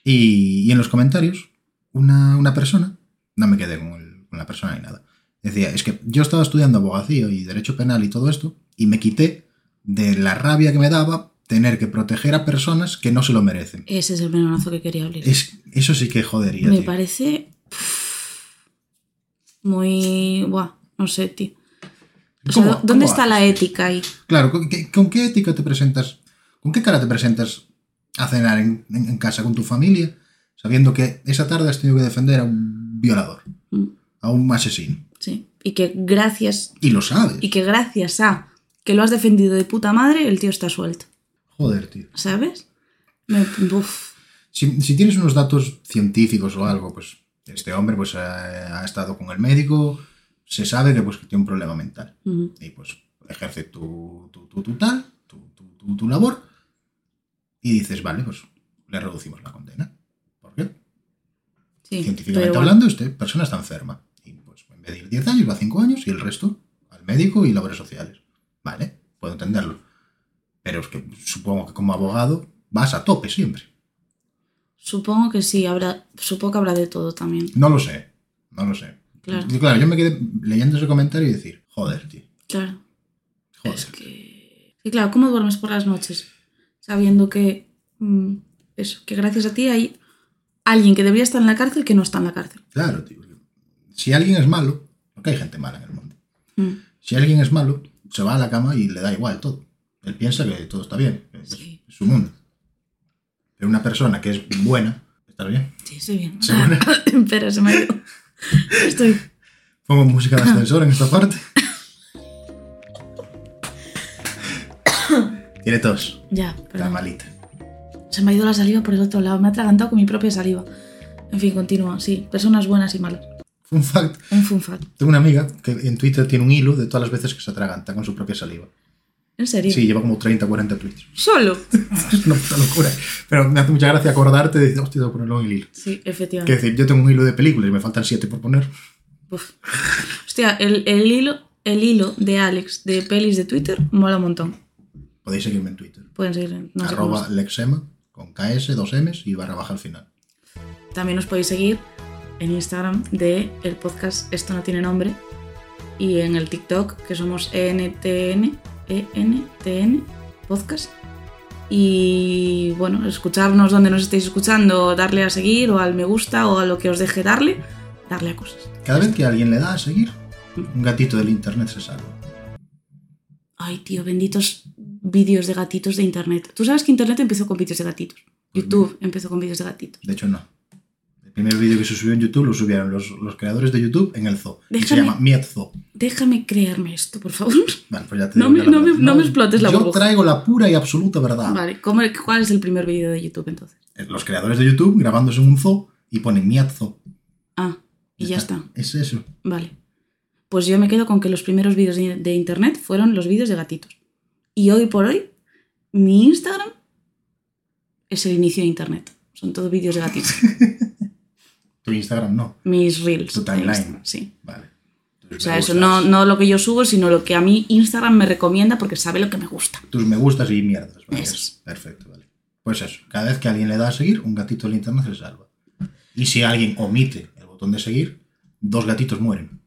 S1: Y, y en los comentarios, una, una persona, no me quedé con, el- con la persona ni nada, decía, es que yo estaba estudiando abogacía y derecho penal y todo esto, y me quité de la rabia que me daba tener que proteger a personas que no se lo merecen.
S2: Ese es el melonazo que quería abrir.
S1: Es, eso sí que jodería.
S2: Me
S1: tío.
S2: parece pff, muy... Buah, no sé, tío. O sea,
S1: ¿Cómo-
S2: ¿dó- ¿dónde
S1: cómo
S2: está la e-
S1: haces?
S2: ética ahí?
S1: Claro, ¿con qué, con qué ética te presentas? ¿Con qué cara te presentas a cenar en, en- en casa con tu familia sabiendo que esa tarde has tenido que defender a un violador,
S2: Mm,
S1: a un asesino?
S2: Sí. Y que gracias...
S1: Y lo sabes.
S2: Y que gracias a que lo has defendido de puta madre, el tío está suelto.
S1: Joder, tío.
S2: ¿Sabes? Me, uf.
S1: Si, si tienes unos datos científicos o algo, pues este hombre pues ha, ha estado con el médico, se sabe que pues que tiene un problema mental.
S2: Ujú.
S1: Y pues ejerce tu, tu, tu, tu tal, tu, tu- tu- tu labor, y dices, vale, pues le reducimos la condena. ¿Por qué?
S2: Sí,
S1: científicamente
S2: pero bueno.
S1: hablando, esta persona está enferma. Y pues en vez de ir 10 años, va a 5 años y el resto al médico y labores sociales. Vale, puedo entenderlo. Pero es que supongo que como abogado vas a tope siempre.
S2: Supongo que sí, habrá, supongo que habrá de todo también.
S1: No lo sé, no lo sé.
S2: Claro,
S1: Y claro, yo me quedé leyendo ese comentario y decir, joder, tío.
S2: claro.
S1: Joder.
S2: Es que. Y claro, ¿cómo duermes por las noches? Sabiendo que. mm, eso, que gracias a ti hay alguien que debería estar en la cárcel que no está en la cárcel.
S1: Claro, tío. Si alguien es malo, porque hay gente mala en el mundo,
S2: Mm,
S1: si alguien es malo, se va a la cama y le da igual todo. Él piensa que todo está bien, que es
S2: Sí.
S1: es su mundo. Pero una persona que es buena, está bien.
S2: Sí, estoy bien.
S1: ¿Segura?
S2: Espera, se me ha ido. Estoy.
S1: Pongo música de ascensor en esta parte. Tiene tos,
S2: Ya,
S1: la
S2: perdón.
S1: malita.
S2: Se me ha ido la saliva por el otro lado. Me ha atragantado con mi propia saliva. En fin, continúa. Sí, personas buenas y malas.
S1: Fun fact,
S2: Un fun fact.
S1: tengo una amiga que en Twitter tiene un hilo de todas las veces que se atraganta con su propia saliva.
S2: ¿En serio?
S1: Sí, lleva como 30 o 40 tweets.
S2: Solo.
S1: Es una puta locura. Pero me hace mucha gracia acordarte de, hostia, tengo que ponerlo en el hilo.
S2: Sí,
S1: Que
S2: efectivamente.
S1: decir, yo tengo un hilo de películas y me faltan 7 por poner.
S2: Uf. Hostia, el, el hilo, el hilo de Alex de pelis de Twitter mola un montón.
S1: Podéis seguirme en Twitter.
S2: Pueden seguir. No sé cómo
S1: arroba lexema con KS, dos M's y barra baja al final.
S2: es. También os podéis seguir en Instagram de el podcast Esto no tiene nombre y en el TikTok que somos E ENTN, ENTN podcast. Y bueno, escucharnos donde nos estéis escuchando, darle a seguir o al me gusta o a lo que os deje darle, darle a cosas.
S1: Cada vez que alguien le da a seguir, un gatito del internet se salva.
S2: Ay, tío, benditos vídeos de gatitos de internet. Tú sabes que internet empezó con vídeos de gatitos.
S1: Pues
S2: YouTube empezó con vídeos de gatitos.
S1: De hecho, no. El primer vídeo que se subió en YouTube lo subieron los, los creadores de YouTube en el zoo. Y se
S2: Déjame-
S1: llama Miet Zoo.
S2: Déjame creerme esto, por favor.
S1: Vale, pues ya te
S2: No
S1: digo
S2: me-
S1: ya la
S2: no me-
S1: verdad.
S2: no me explotes la
S1: Yo
S2: burbuja.
S1: traigo la pura y absoluta verdad. Eh,
S2: Vale, ¿cómo- ¿cuál es el primer vídeo de YouTube entonces?
S1: Los creadores de YouTube grabándose en un zoo y ponen Miet Zoo.
S2: Ah, y ya está.
S1: Es eso.
S2: Vale. Pues yo me quedo con que los primeros vídeos de, de internet fueron los vídeos de gatitos. Y hoy por hoy, mi Instagram es el inicio de internet. Son todos vídeos de gatitos.
S1: Tu Instagram no.
S2: Mis reels.
S1: Tu
S2: de
S1: timeline.
S2: Insta- Sí.
S1: Vale. Tus
S2: O sea,
S1: me
S2: eso no,
S1: gustas.
S2: no lo que yo subo, sino lo que a mí Instagram me recomienda porque sabe lo que me gusta.
S1: Tus me gustas y mierdas. Vale.
S2: Eso es.
S1: Perfecto, vale. Pues eso. Cada vez que alguien le da a seguir, un gatito del internet se le salva. Y si alguien omite el botón de seguir, dos gatitos mueren.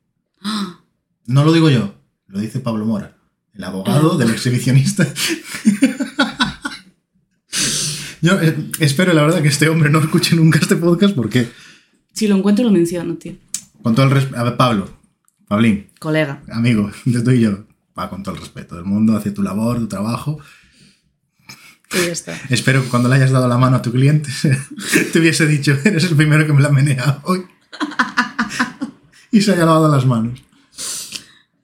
S1: No lo digo yo, lo dice Pablo Mora, el abogado
S2: Oh.
S1: del exhibicionista. yo eh, espero, la verdad, que este hombre no escuche nunca este podcast porque,
S2: Si lo encuentro, lo menciono, tío.
S1: con todo el respeto, a ver, Pablo, Pablín,
S2: Colega.
S1: amigo, yo estoy yo, va con todo el respeto del mundo hacia tu labor, tu trabajo.
S2: Y ya está.
S1: Espero que cuando le hayas dado la mano a tu cliente te hubiese dicho, eres el primero que me la menea hoy. y se haya lavado las manos.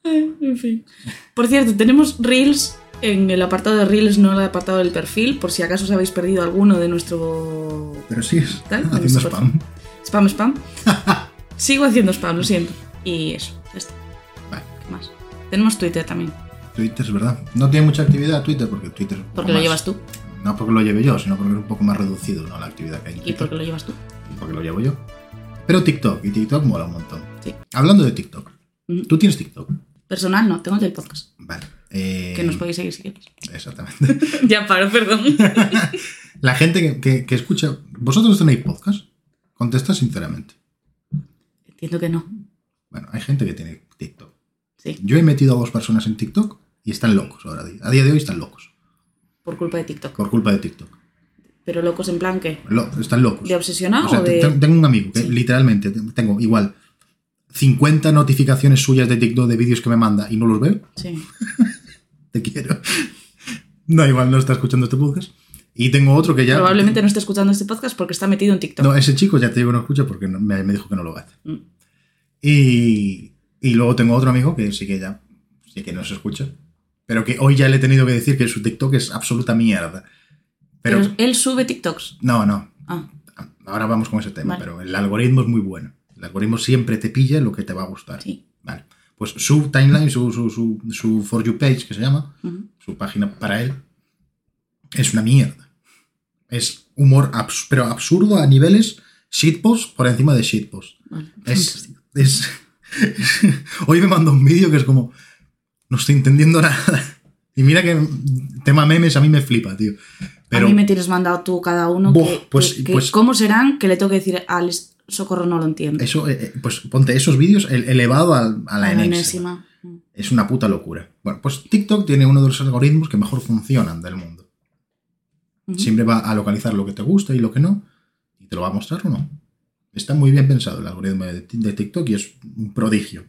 S2: Eh, En fin. Por cierto, tenemos Reels en el apartado de Reels, no en el apartado del perfil, por si acaso os habéis perdido alguno de nuestro
S1: Pero sí es
S2: Tal,
S1: haciendo
S2: por-
S1: spam.
S2: spam spam. Sigo haciendo spam, lo siento. Y eso, ya está.
S1: Vale.
S2: ¿Qué más? Tenemos Twitter también,
S1: Twitter es verdad. No tiene mucha actividad Twitter porque Twitter. es un poco
S2: porque lo
S1: más-
S2: llevas tú.
S1: No porque lo lleve yo, sino porque es un poco más reducido ¿no? la actividad que hay. en
S2: Y
S1: Twitter.
S2: porque lo llevas tú.
S1: Y porque lo llevo yo. Pero TikTok, y TikTok mola un montón.
S2: Sí.
S1: Hablando de TikTok,
S2: Ujú.
S1: tú tienes TikTok.
S2: Personal no, tengo el del podcast,
S1: Vale. eh,
S2: que nos podéis seguir si queréis.
S1: Exactamente.
S2: ya paro, perdón.
S1: La gente que, que- que escucha. ¿Vosotros tenéis podcast? Contesta sinceramente.
S2: Entiendo que no.
S1: Bueno, hay gente que tiene TikTok.
S2: Sí.
S1: Yo he metido a dos personas en TikTok y están locos ahora. A día de hoy están locos.
S2: Por culpa de TikTok.
S1: Por culpa de TikTok.
S2: Pero locos en plan que.
S1: Lo- están locos.
S2: ¿De obsesionado
S1: Pues, O sea,
S2: o de.?
S1: te- Tengo un amigo que
S2: Sí.
S1: literalmente te- tengo igual 50 notificaciones suyas de TikTok de vídeos que me manda y no los veo.
S2: Sí.
S1: Te quiero. No, igual no está escuchando este podcast. Y tengo otro que ya.
S2: Probablemente no esté escuchando este podcast porque está metido en TikTok.
S1: No, ese chico ya te digo no escucha porque no- me, me dijo que no lo hace.
S2: Mm.
S1: Y, y luego tengo otro amigo que sí que ya, sí que no se escucha, pero que hoy ya le he tenido que decir que su TikTok es absoluta mierda. Pero,
S2: pero... él sube TikToks.
S1: no, no,
S2: Ah,
S1: ahora vamos con ese tema,
S2: Vale.
S1: pero el algoritmo es muy bueno. El algoritmo siempre te pilla lo que te va a gustar.
S2: sí.
S1: Vale. Pues su timeline, su, su, su, su For You page, que se llama,
S2: Ujú.
S1: su página para él, es una mierda. Es humor abs- pero absurdo a niveles shitpost por encima de shitpost.
S2: Vale.
S1: Es, es- Hoy me manda un vídeo que es como. No estoy entendiendo nada. Y mira que tema memes a mí me flipa, tío. Pero
S2: a mí me tienes mandado tú cada uno.
S1: Buah,
S2: que-
S1: pues-
S2: que- que
S1: pues-
S2: ¿Cómo serán que le tengo que decir a Alex, Socorro no lo entiende.
S1: Eso, eh, eh, pues ponte esos vídeos el- elevado al- a, la
S2: A la
S1: enésima.
S2: enésima. Mm.
S1: Es una puta locura. Bueno, pues TikTok tiene uno de los algoritmos que mejor funcionan del mundo.
S2: Ujú.
S1: Siempre va a localizar lo que te gusta y lo que no, y te lo va a mostrar o no. Está muy bien pensado el algoritmo de, ti- de TikTok y es un prodigio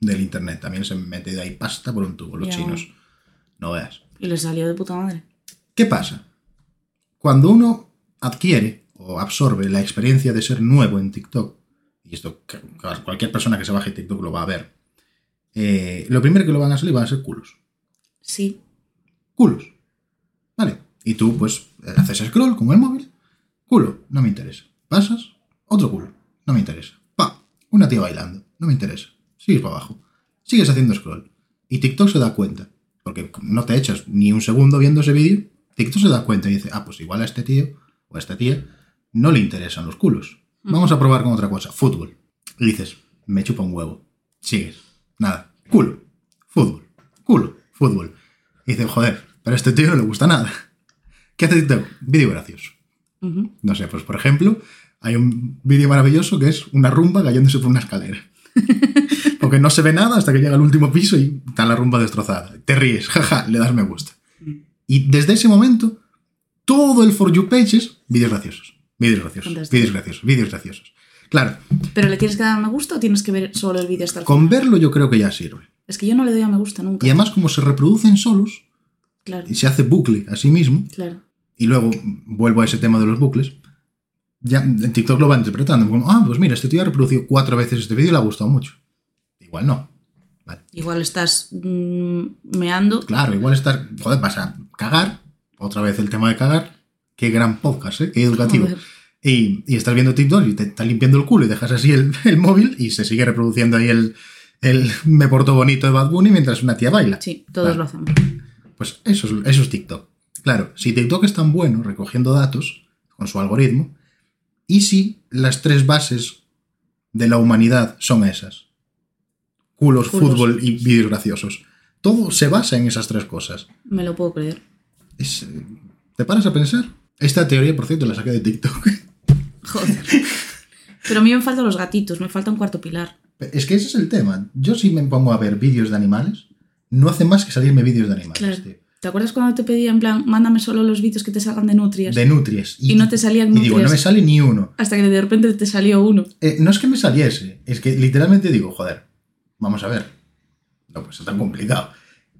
S1: del Internet. También se han metido ahí pasta por un tubo los
S2: Ya.
S1: chinos. No veas.
S2: Y le salió de puta madre.
S1: ¿Qué pasa? Cuando uno adquiere o absorbe la experiencia de ser nuevo en TikTok, y esto ca- ca- cualquier persona que se baje TikTok lo va a ver, eh, lo primero que lo van a salir van a ser culos.
S2: Sí.
S1: Culos. ¿Vale? Y tú, pues, eh, haces scroll con el móvil. Culo, no me interesa. Pasas, otro culo, no me interesa. Pa, una tía bailando, no me interesa. Sigues para abajo. Sigues haciendo scroll. Y TikTok se da cuenta. Porque no te echas ni un segundo viendo ese vídeo. TikTok se da cuenta y dice, ah, pues igual a este tío o a esta tía no le interesan los culos. Vamos a probar con otra cosa. Fútbol. Y dices, me chupa un huevo. Sigues. Nada. Culo. Fútbol. Culo. Fútbol. Y dice, joder, pero a este tío no le gusta nada. ¿Qué hace TikTok? Vídeo gracioso.
S2: Ujú.
S1: No sé, pues por ejemplo, hay un vídeo maravilloso que es una rumba cayéndose por una escalera. Porque no se ve nada hasta que llega al último piso y está la rumba destrozada. Te ríes, jaja, le das me gusta. Y desde ese momento, todo el For You Page es vídeos graciosos, vídeos graciosos,
S2: Fantástico.
S1: vídeos graciosos, vídeos graciosos. Claro,
S2: ¿Pero le tienes que dar me gusta o tienes que ver solo el vídeo hasta el final?
S1: con verlo yo creo que ya sirve.
S2: Es que yo no le doy a me gusta nunca.
S1: Y además como se reproducen solos,
S2: Claro,
S1: y se hace bucle a sí mismo,
S2: claro.
S1: y luego vuelvo a ese tema de los bucles, ya en TikTok lo va interpretando como, ah, pues mira, este tío ha reproducido cuatro veces este vídeo y le ha gustado mucho. Igual no.
S2: Igual estás mm, meando.
S1: Claro, igual estar, joder, vas a cagar, otra vez el tema de cagar, qué gran podcast, ¿eh? qué educativo.
S2: Joder.
S1: Y, y estás viendo TikTok y te está limpiando el culo y dejas así el, el móvil y se sigue reproduciendo ahí el, el me porto bonito de Bad Bunny mientras una tía baila.
S2: Sí, todos
S1: Vale.
S2: lo hacemos.
S1: Pues eso es, eso es TikTok. Claro, si TikTok es tan bueno recogiendo datos con su algoritmo, y si las tres bases de la humanidad son esas: culos,
S2: Culos.
S1: fútbol y vídeos graciosos. Todo se basa en esas tres cosas.
S2: Me lo puedo creer.
S1: Es, eh, ¿Te paras a pensar? Esta teoría, por cierto, la saqué de TikTok.
S2: Joder. Pero a mí me faltan los gatitos, me falta un cuarto pilar.
S1: Es que ese es el tema. Yo si me pongo a ver vídeos de animales, no hace más que salirme vídeos de animales,
S2: Claro.
S1: tío.
S2: ¿Te acuerdas cuando te pedía en plan, mándame solo los vídeos que te salgan de nutrias?
S1: De nutrias.
S2: Y no te salían
S1: Y digo,
S2: nutrias.
S1: no me sale ni uno.
S2: Hasta que de repente te salió uno.
S1: Eh, no es que me saliese, es que literalmente digo, joder, vamos a ver. No, pues es tan complicado.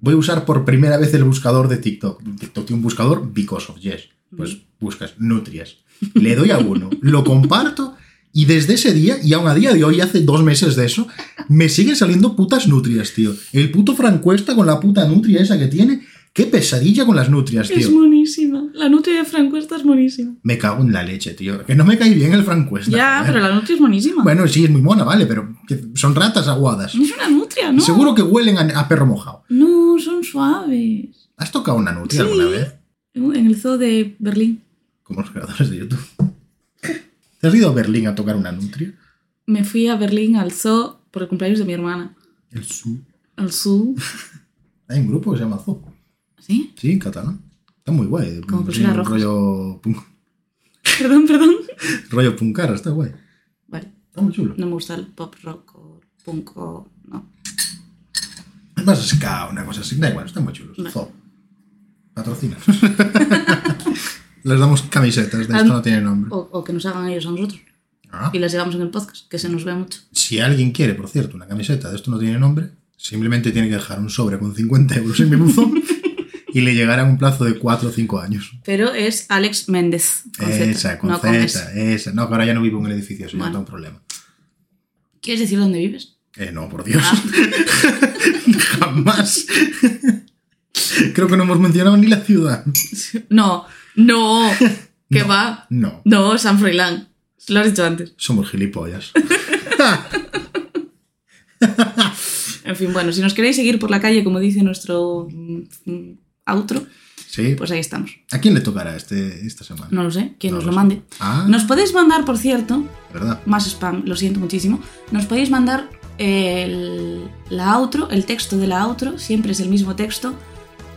S1: Voy a usar por primera vez el buscador de TikTok. TikTok tiene un buscador because of yes. Pues buscas nutrias. Le doy a uno, lo comparto y desde ese día, y aún a día de hoy, hace dos meses de eso, me siguen saliendo putas nutrias, tío. El puto francuesta con la puta nutria esa que tiene. Qué pesadilla con las nutrias,
S2: Es
S1: tío.
S2: monísima. La nutria de Francuesta es monísima.
S1: Me cago en la leche, tío. Que no me cae bien el francuesta.
S2: Ya,
S1: joder.
S2: pero la nutria es monísima.
S1: Bueno, sí, es muy mona, vale, pero que son ratas aguadas.
S2: Ah. No es una nutria, ¿no?
S1: Seguro que huelen a, a perro mojado.
S2: No, son suaves.
S1: ¿Has tocado una nutria
S2: Sí.
S1: alguna vez?
S2: En el zoo de Berlín.
S1: Como los creadores de YouTube. ¿Te has ido a Berlín a tocar una nutria?
S2: Me fui a Berlín al zoo por el cumpleaños de mi hermana.
S1: El Zoo.
S2: Al zoo.
S1: Hay un grupo que se llama Zoo.
S2: ¿Sí?
S1: Sí, en catalán. Está muy guay.
S2: Como
S1: Sí,
S2: pulseras
S1: un
S2: rojas.
S1: rollo, punk,
S2: Perdón, perdón.
S1: rollo puncara, está guay.
S2: Vale,
S1: Está muy chulo.
S2: no me gusta el pop rock o punk o... No.
S1: Es más ska, una cosa así. Da igual, está muy chulo.
S2: Vale.
S1: Zoo. Patrocina. Les damos camisetas de
S2: Al-
S1: esto, no tiene nombre.
S2: O, o que nos hagan ellos a nosotros.
S1: Ah.
S2: Y las llevamos en el podcast, que se nos ve mucho.
S1: Si alguien quiere, por cierto, una camiseta de esto no tiene nombre, simplemente tiene que dejar un sobre con 50 euros en mi buzón y le llegará en un plazo de 4 o 5 años.
S2: Pero es Alex Méndez. con Z,
S1: esa, con
S2: no
S1: Z,
S2: con S.
S1: esa. No, que ahora ya no vivo en el edificio, eso ya
S2: Bueno.
S1: no es un problema.
S2: ¿Quieres decir dónde vives?
S1: Eh, no, por Dios.
S2: Ah.
S1: Jamás. Creo que no hemos mencionado ni la ciudad.
S2: No, no. ¿Qué va?
S1: No,
S2: No, San Froilán. Lo has dicho antes.
S1: somos gilipollas.
S2: En fin, bueno, si nos queréis seguir por la calle, como dice nuestro mm, mm, outro,
S1: Sí.
S2: pues ahí estamos.
S1: ¿A quién le tocará este, esta semana?
S2: No lo sé, quien
S1: No
S2: nos
S1: lo
S2: lo
S1: sé.
S2: mande.
S1: Ah,
S2: Nos podéis mandar, por cierto,
S1: ¿verdad?
S2: más spam, lo siento muchísimo. Nos podéis mandar el- la outro, el texto de la outro, siempre es el mismo texto,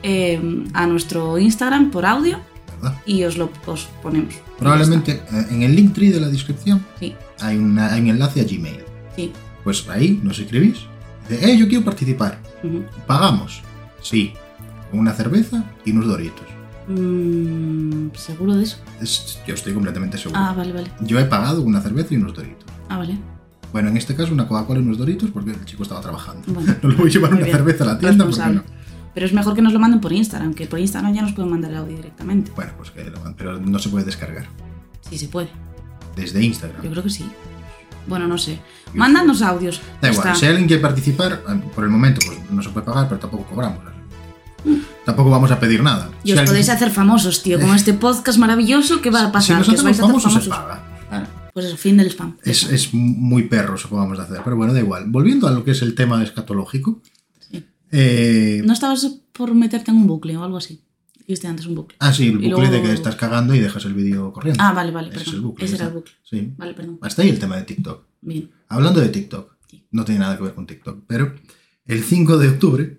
S2: eh, a nuestro Instagram por audio,
S1: ¿verdad?
S2: y os lo os ponemos.
S1: Probablemente eh, en el link tree de la descripción
S2: Sí,
S1: hay, una- hay un enlace a Gmail.
S2: sí.
S1: Pues ahí nos escribís. Dice, eh, yo quiero participar.
S2: ujú.
S1: ¿Pagamos? Sí. Con una cerveza y unos doritos.
S2: Mm, ¿Seguro de eso?
S1: Es- yo estoy completamente seguro.
S2: Ah, vale, vale.
S1: Yo he pagado con una cerveza y unos doritos.
S2: Ah, vale.
S1: Bueno, en este caso una Coca-Cola y unos doritos porque el chico estaba trabajando.
S2: Bueno.
S1: No le voy a llevar
S2: Muy
S1: una
S2: bien.
S1: cerveza a la tienda porque
S2: Responsable.
S1: no.
S2: Pero es mejor que nos lo manden por Instagram, que por Instagram ya nos pueden mandar el audio directamente.
S1: Bueno, pues que lo van- pero no se puede descargar.
S2: Sí, se puede.
S1: Desde Instagram.
S2: Yo creo que sí. Bueno, no sé. Mándanos audios.
S1: Da igual,
S2: Está.
S1: si alguien quiere participar, eh, por el momento pues no se puede pagar, pero tampoco cobramos. Tampoco vamos a pedir nada.
S2: Mm. Y os
S1: Si
S2: podéis
S1: alguien-
S2: hacer famosos, tío. Como este podcast maravilloso que va a
S1: Si
S2: pasar.
S1: nos
S2: que os
S1: hacemos
S2: vais a hacer
S1: famosos, se
S2: famosos.
S1: paga.
S2: Claro. Pues eso, fin del spam.
S1: Es, es muy perro eso que vamos a hacer, pero bueno, da igual. Volviendo a lo que es el tema escatológico.
S2: Sí.
S1: eh,
S2: ¿No estabas por meterte en un bucle o algo así? Dijiste antes un bucle.
S1: Ah, sí, el bucle
S2: Y luego-
S1: de que estás cagando y dejas el vídeo corriendo.
S2: Ah, vale, vale,
S1: Ese
S2: perdón.
S1: es el bucle.
S2: Ese era
S1: ya
S2: el
S1: está.
S2: bucle.
S1: Sí.
S2: Vale, perdón.
S1: Hasta ahí el tema de TikTok.
S2: Bien.
S1: Hablando de TikTok,
S2: Sí.
S1: no tiene nada que ver con TikTok, pero el 5 de octubre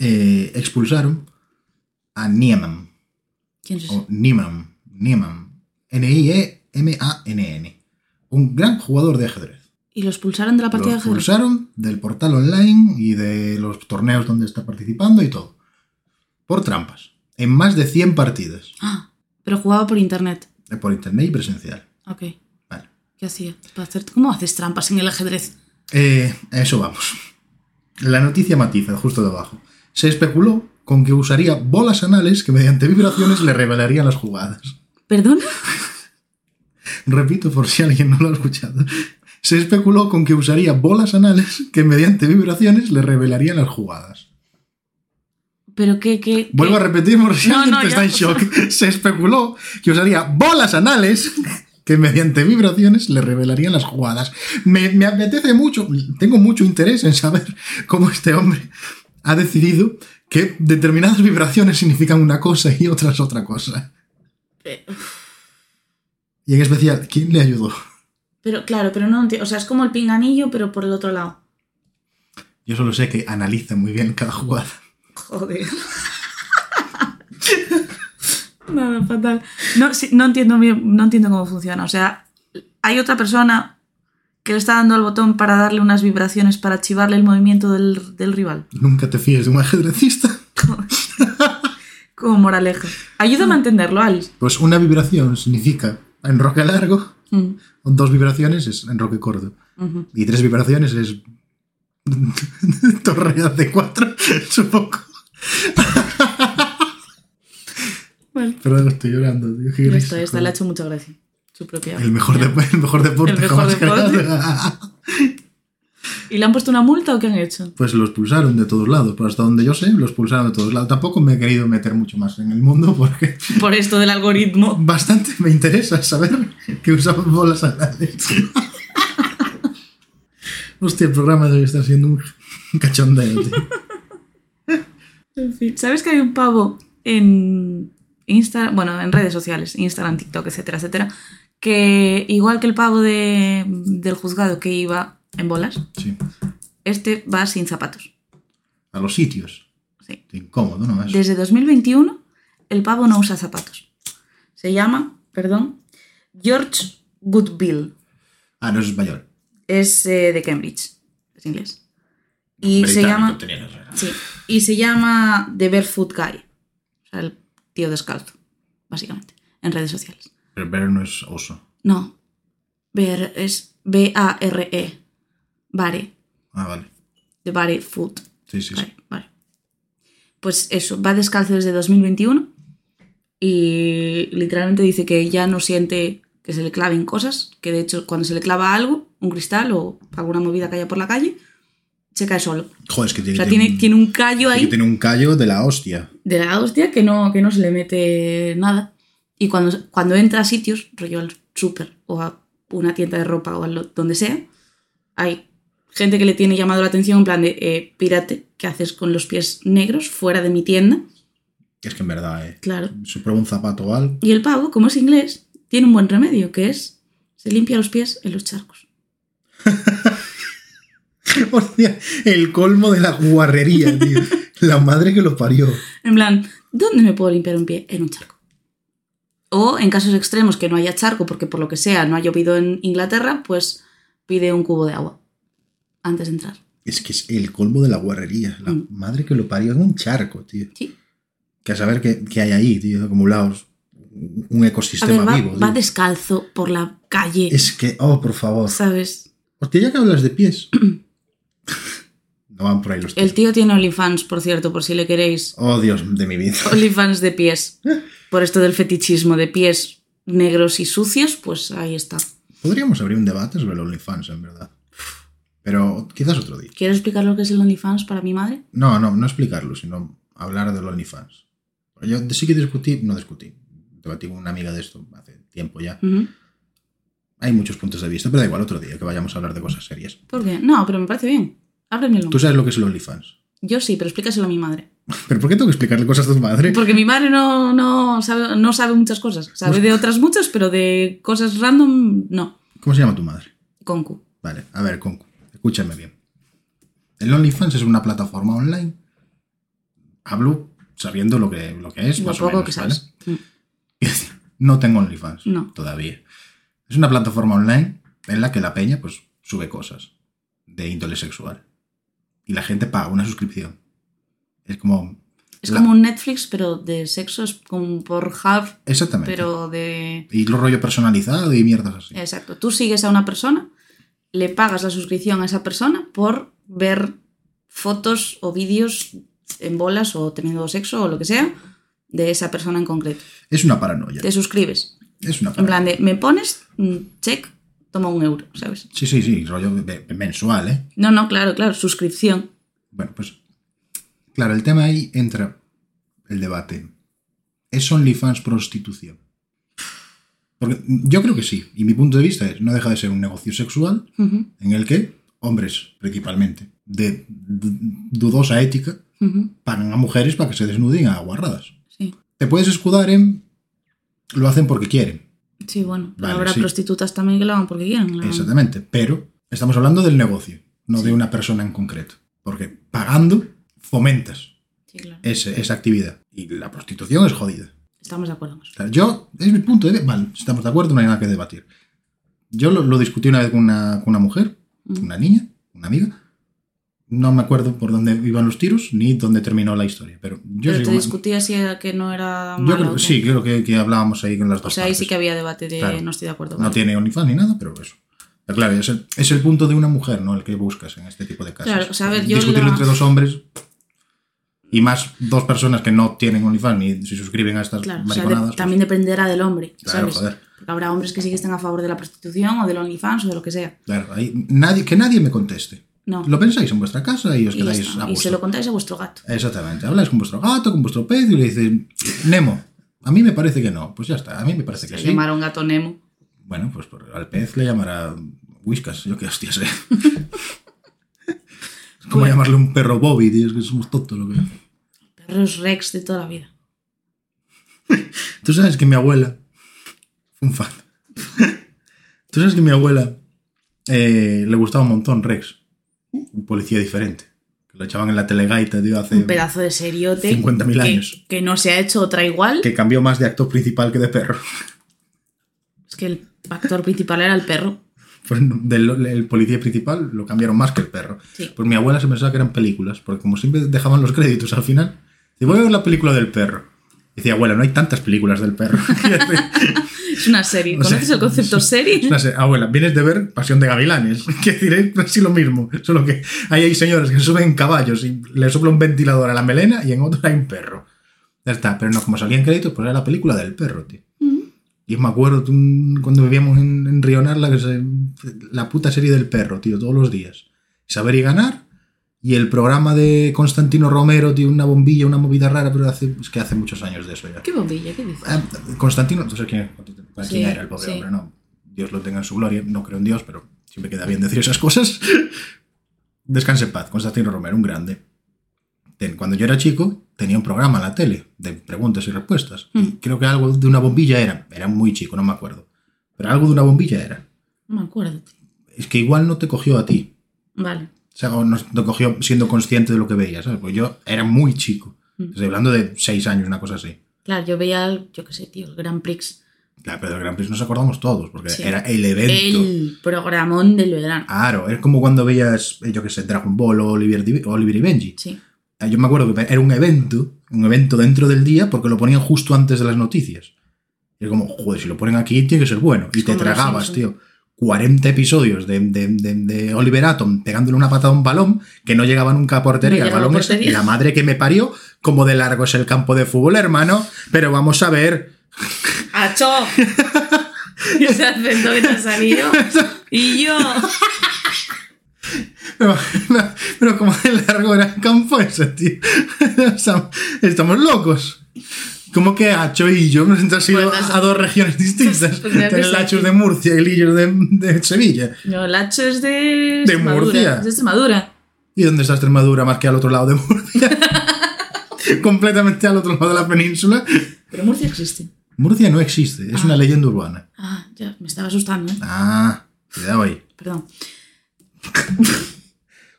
S1: eh, expulsaron a Nieman.
S2: ¿Quién es ese?
S1: o Nieman, Nieman, E N-I-E-M-A-N-N, un gran jugador de ajedrez.
S2: ¿Y los pulsaron de la
S1: Lo
S2: partida de ajedrez?
S1: expulsaron del portal online y de los torneos donde está participando y todo. Por trampas. En más de 100 partidas.
S2: Ah, pero jugaba por internet.
S1: eh, Por internet y presencial.
S2: Ok.
S1: Vale.
S2: ¿Qué hacía? Para hacer- ¿Cómo haces trampas en el ajedrez?
S1: Eh, a eso vamos. La noticia matiza, justo debajo. Se especuló con que usaría bolas anales que mediante vibraciones le revelarían las jugadas.
S2: ¿Perdón?
S1: Repito por si alguien no lo ha escuchado. Se especuló con que usaría bolas anales que mediante vibraciones le revelarían las jugadas.
S2: ¿Pero qué, qué?
S1: Vuelvo a
S2: qué?
S1: repetir por si
S2: No,
S1: alguien
S2: no,
S1: está
S2: ya.
S1: en shock. Se especuló que usaría bolas anales que mediante vibraciones le revelarían las jugadas. Me, me apetece mucho, tengo mucho interés en saber cómo este hombre ha decidido que determinadas vibraciones significan una cosa y otras otra cosa.
S2: Eh,
S1: Y en especial, ¿quién le ayudó?
S2: Pero claro, pero no entiendo. O sea, es como el pinganillo, pero por el otro lado.
S1: Yo solo sé que analiza muy bien cada jugada.
S2: Joder. Nada, fatal. No, sí, no entiendo bien, no entiendo cómo funciona. O sea, hay otra persona que le está dando al botón para darle unas vibraciones para activarle el movimiento del, del rival.
S1: Nunca te fíes de un ajedrecista.
S2: Como moraleja.
S1: Mm.
S2: Ayúdame a entenderlo, Alice.
S1: Pues una vibración significa enroque largo, dos vibraciones es enroque corto.
S2: Mm. Ujú.
S1: Y tres vibraciones es. Torre de cuatro, supongo.
S2: Vale.
S1: Perdón, estoy llorando, tío. qué
S2: Ya
S1: gris.
S2: está, esta le ha hecho mucha gracia. Su propia.
S1: el, mejor dep- el mejor deporte
S2: El mejor
S1: jamás
S2: deporte.
S1: creado.
S2: ¿Y le han puesto una multa o qué han hecho?
S1: Pues los pulsaron de todos lados, pero hasta donde yo sé, los pulsaron de todos lados. Tampoco me he querido meter mucho más en el mundo porque
S2: Por esto del algoritmo.
S1: bastante me interesa saber que usaban bolas anales. Hostia, el programa de hoy está siendo un cachondeo, tío.
S2: En fin, ¿Sabes que hay un pavo en Instagram, bueno, en redes sociales, Instagram, TikTok, etcétera, etcétera, que igual que el pavo de- del juzgado que iba en bolas,
S1: Sí.
S2: este va sin zapatos.
S1: A los sitios.
S2: Sí.
S1: Incómodo, ¿no? Eso.
S2: Desde 2021, el pavo no usa zapatos. Se llama, perdón, George Goodwill.
S1: Ah, no, es español.
S2: Es eh, de Cambridge, es inglés. Y se llama... Sí, y se llama The Barefoot Guy. O sea, el tío descalzo, básicamente, en redes sociales.
S1: Pero Bear no es oso.
S2: No, ver es B-A-R-E. E. Bare,
S1: Ah, vale.
S2: The Barefoot.
S1: Sí, sí, sí.
S2: Vale, vale. Pues eso, va descalzo desde 2021 y literalmente dice que ya no siente que se le claven cosas, que de hecho cuando se le clava algo, un cristal o alguna movida que haya por la calle, se cae solo.
S1: Joder, es que
S2: O
S1: tiene,
S2: sea, tiene,
S1: un-
S2: tiene un callo
S1: es
S2: ahí.
S1: que tiene un callo de la hostia.
S2: de la hostia que no, que no se le mete nada. Y cuando, cuando entra a sitios, rollo al súper o a una tienda de ropa o a lo- donde sea, hay gente que le tiene llamado la atención en plan de, eh, pírate, ¿qué haces con los pies negros fuera de mi tienda?
S1: Es que en verdad, eh.
S2: Claro.
S1: Se prueba un zapato o algo.
S2: Y el pavo, como es inglés, tiene un buen remedio, que es, se limpia los pies en los charcos.
S1: Hostia, el colmo de la guarrería, tío. la madre que lo parió.
S2: En plan, ¿Dónde me puedo limpiar un pie? En un charco. O en casos extremos que no haya charco, porque por lo que sea no ha llovido en Inglaterra, pues pide un cubo de agua antes de entrar.
S1: Es que es el colmo de la guarrería. La
S2: Mm.
S1: madre que lo parió en un charco, tío.
S2: Sí.
S1: Que a saber qué, qué hay ahí, tío, acumulados. Un
S2: A
S1: ecosistema
S2: ver, va,
S1: vivo.
S2: va
S1: tío.
S2: descalzo por la calle,
S1: Es que, oh, por favor.
S2: ¿sabes?
S1: Hostia, ya que hablas de pies. no van por ahí los
S2: El
S1: pies.
S2: tío tiene OnlyFans, por cierto, por si le queréis.
S1: Oh, Dios de mi vida.
S2: OnlyFans de pies. Por esto del fetichismo de pies negros y sucios, pues ahí está.
S1: Podríamos abrir un debate sobre el OnlyFans, en verdad. Pero quizás otro día.
S2: ¿Quieres explicar lo que es el OnlyFans para mi madre?
S1: No, no, no explicarlo, sino hablar del OnlyFans. Yo sí que discutí, no discutí, debatí con una amiga de esto hace tiempo ya.
S2: Ujú.
S1: Hay muchos puntos de vista, pero da igual, otro día que vayamos a hablar de cosas serias.
S2: ¿Por qué? No, pero me parece bien. Ábremelo.
S1: Tú sabes lo que es el OnlyFans.
S2: Yo sí, pero explícaselo a mi madre.
S1: ¿Pero por qué tengo que explicarle cosas a tu madre?
S2: Porque mi madre no, no, sabe, no sabe muchas cosas. Sabe de otras muchas, pero de cosas random, no.
S1: ¿Cómo se llama tu madre?
S2: Concu.
S1: Vale, a ver, Concu, escúchame bien. El OnlyFans es una plataforma online. Hablo sabiendo lo que, lo que es,
S2: Lo
S1: más o
S2: poco
S1: menos,
S2: que
S1: ¿vale?
S2: sabes. Mm.
S1: Quiero decir, no tengo OnlyFans
S2: No.
S1: todavía. Es una plataforma online en la que la peña pues sube cosas de índole sexual. Y la gente paga una suscripción. Es como...
S2: Es
S1: la-
S2: como un Netflix, pero de sexo, es como por hub,
S1: Exactamente.
S2: pero Eh, de...
S1: Y lo rollo personalizado y mierdas así.
S2: Exacto. Tú sigues a una persona, le pagas la suscripción a esa persona por ver fotos o vídeos en bolas o teniendo sexo o lo que sea de esa persona en concreto.
S1: Es una paranoia.
S2: Te suscribes.
S1: Es una
S2: En
S1: paranoia.
S2: plan de, me pones, Mm, check, toma un euro, ¿sabes?
S1: Sí, sí, sí, rollo de- de- mensual, ¿eh?
S2: No, no, claro, claro, suscripción.
S1: Bueno, pues. Claro, el tema ahí entra el debate. ¿Es OnlyFans prostitución? Porque yo creo que sí. Y mi punto de vista es, no deja de ser un negocio sexual
S2: Ujú,
S1: en el que hombres, principalmente, de du- dudosa ética,
S2: ujú,
S1: pagan a mujeres para que se desnuden a guarradas.
S2: Sí,
S1: Te puedes escudar en... Lo hacen porque quieren,
S2: sí, bueno. pero
S1: Vale,
S2: habrá
S1: sí.
S2: prostitutas también que lo hagan porque quieran. claro.
S1: exactamente. Pero estamos hablando del negocio, no de una persona en concreto. Porque pagando fomentas
S2: Sí, claro.
S1: ese- esa actividad. Y la prostitución es jodida.
S2: Estamos de acuerdo. en eso.
S1: O sea, yo, es mi punto de vista. Vale, si estamos de acuerdo, no hay nada que debatir. Yo lo, lo discutí una vez con una, con una mujer,
S2: Ujú.
S1: una niña, una amiga. No me acuerdo por dónde iban los tiros ni dónde terminó la historia. Pero yo,
S2: pero
S1: sí,
S2: te
S1: una-
S2: discutías si era que no era
S1: yo
S2: malo
S1: creo
S2: o
S1: que
S2: qué.
S1: sí, creo que, que hablábamos ahí con las
S2: O
S1: dos.
S2: sea, ahí
S1: partes.
S2: sí que había debate de
S1: Claro.
S2: no estoy de acuerdo.
S1: No
S2: vale.
S1: tiene OnlyFans ni nada, pero eso. Pero claro, es el, es el punto de una mujer, ¿no? El que buscas en este tipo de casos.
S2: Claro, o sea, a ver, yo
S1: Discutirlo
S2: la-
S1: entre dos hombres y más dos personas que no tienen OnlyFans ni se suscriben a estas
S2: Claro, o sea, de-
S1: mariconadas. pues,
S2: también dependerá del hombre,
S1: Claro,
S2: ¿sabes?
S1: joder.
S2: Porque habrá hombres que sí que estén a favor de la prostitución o del OnlyFans o de lo que sea.
S1: Claro, ahí, nadie, que nadie me conteste.
S2: No.
S1: Lo pensáis en vuestra casa y os
S2: y, ya
S1: quedáis
S2: está.
S1: a
S2: Y
S1: gusto.
S2: se lo contáis a vuestro gato.
S1: Exactamente. Habláis con vuestro gato, con vuestro pez y le dices, Nemo, a mí me parece que no. Pues ya está, a mí me parece que
S2: Se
S1: sí.
S2: Llamar a un gato Nemo.
S1: Bueno, pues por- al pez le llamará Whiskas, yo qué hostia sé. es como
S2: Bueno.
S1: llamarle un perro Bobby, tío, es que somos tontos. Lo que...
S2: Perros Rex de toda la vida.
S1: Tú sabes que mi abuela. Un fan. Tú sabes que mi abuela eh, le gustaba un montón Rex. Un policía diferente. Que lo echaban en la telegaita, tío, hace.
S2: Un pedazo de seriote.
S1: 50.000
S2: que-
S1: años.
S2: Que no se ha hecho otra igual.
S1: Que cambió más de actor principal que de perro.
S2: Es que el actor principal era el perro.
S1: Pues no, del el policía principal lo cambiaron más que el perro.
S2: Sí.
S1: Pues mi abuela se pensaba que eran películas, porque como siempre dejaban los créditos al final, dice, voy a ver la película del perro. Y decía, abuela, no hay tantas películas del perro.
S2: Es una serie.
S1: O sea,
S2: ¿Conoces el concepto serie?
S1: No sé, abuela, vienes de ver Pasión de Gavilanes. Que diré casi lo mismo, solo que ahí hay señores que suben en caballos y le sopla un ventilador a la melena y en otro hay un perro. Ya está, pero no, como salían créditos, pues era la película del perro, tío.
S2: Ujú.
S1: Y me acuerdo tú, cuando vivíamos en, en Rionarla, que se- la puta serie del perro, tío, todos los días. Saber y ganar. Y el programa de Constantino Romero, tío, una bombilla, una movida rara, pero hace, es que hace muchos años de eso ya.
S2: ¿Qué bombilla? ¿Qué dices?
S1: Ah, Constantino, tú sabes quién, para
S2: Sí,
S1: quién era el pobre
S2: sí.
S1: hombre, ¿no? Dios lo tenga en su gloria, no creo en Dios, pero siempre queda bien decir esas cosas. Descanse en paz, Constantino Romero, un grande. Ten- Cuando yo era chico, tenía un programa en la tele de preguntas y respuestas. Y
S2: Mm.
S1: creo que algo de una bombilla era. Era muy chico, no me acuerdo. Pero algo de una bombilla era.
S2: No me acuerdo. tío.
S1: Es que igual no te cogió a ti.
S2: Vale.
S1: O sea, o no te cogió siendo consciente de lo que veías, ¿sabes? Porque yo Pues era muy chico.
S2: Mm.
S1: Estoy hablando de seis años, una cosa así.
S2: Claro, yo veía, el- yo qué sé, tío, el Grand Prix.
S1: Claro, pero del Grand Prix nos acordamos todos, porque
S2: Sí.
S1: era el evento.
S2: El programón del verano.
S1: Claro, es como cuando veías, eh, yo qué sé, Dragon Ball o Oliver, Di- Oliver y Benji.
S2: Sí.
S1: Eh, Yo me acuerdo que era un evento, un evento dentro del día, porque lo ponían justo antes de las noticias. Y es como, joder, si lo ponen aquí tiene que ser bueno. Y
S2: Es
S1: te
S2: como los
S1: tragabas,
S2: Simpson.
S1: tío, 40 episodios de, de- de- de Oliver Atom pegándole una patada a un balón que no llegaba nunca a portería.
S2: No
S1: el
S2: llegaba a
S1: balón ese,
S2: portería.
S1: la madre que me parió, como de largo es el campo de fútbol, hermano. Pero vamos a ver.
S2: ¡Acho! Ese acento que te ha salido. Y yo.
S1: Pero, pero como de largo era el campo ese, tío. O sea, Estamos locos. Como que Hacho y yo nos hemos ido
S2: Bueno, eso-
S1: a dos regiones distintas.
S2: Pues mira que
S1: Tener el
S2: sí.
S1: Hacho de Murcia y el Illo de, de Sevilla.
S2: No, el Acho es de.
S1: De
S2: Extremadura,
S1: Murcia.
S2: Es de Extremadura.
S1: ¿Y dónde está Extremadura más que al otro lado de Murcia? Completamente al otro lado de la península.
S2: Pero Murcia existe.
S1: Murcia no existe, es una leyenda urbana.
S2: Ah, ya, me estaba asustando, ¿eh?
S1: Ah, cuidado ahí.
S2: Perdón.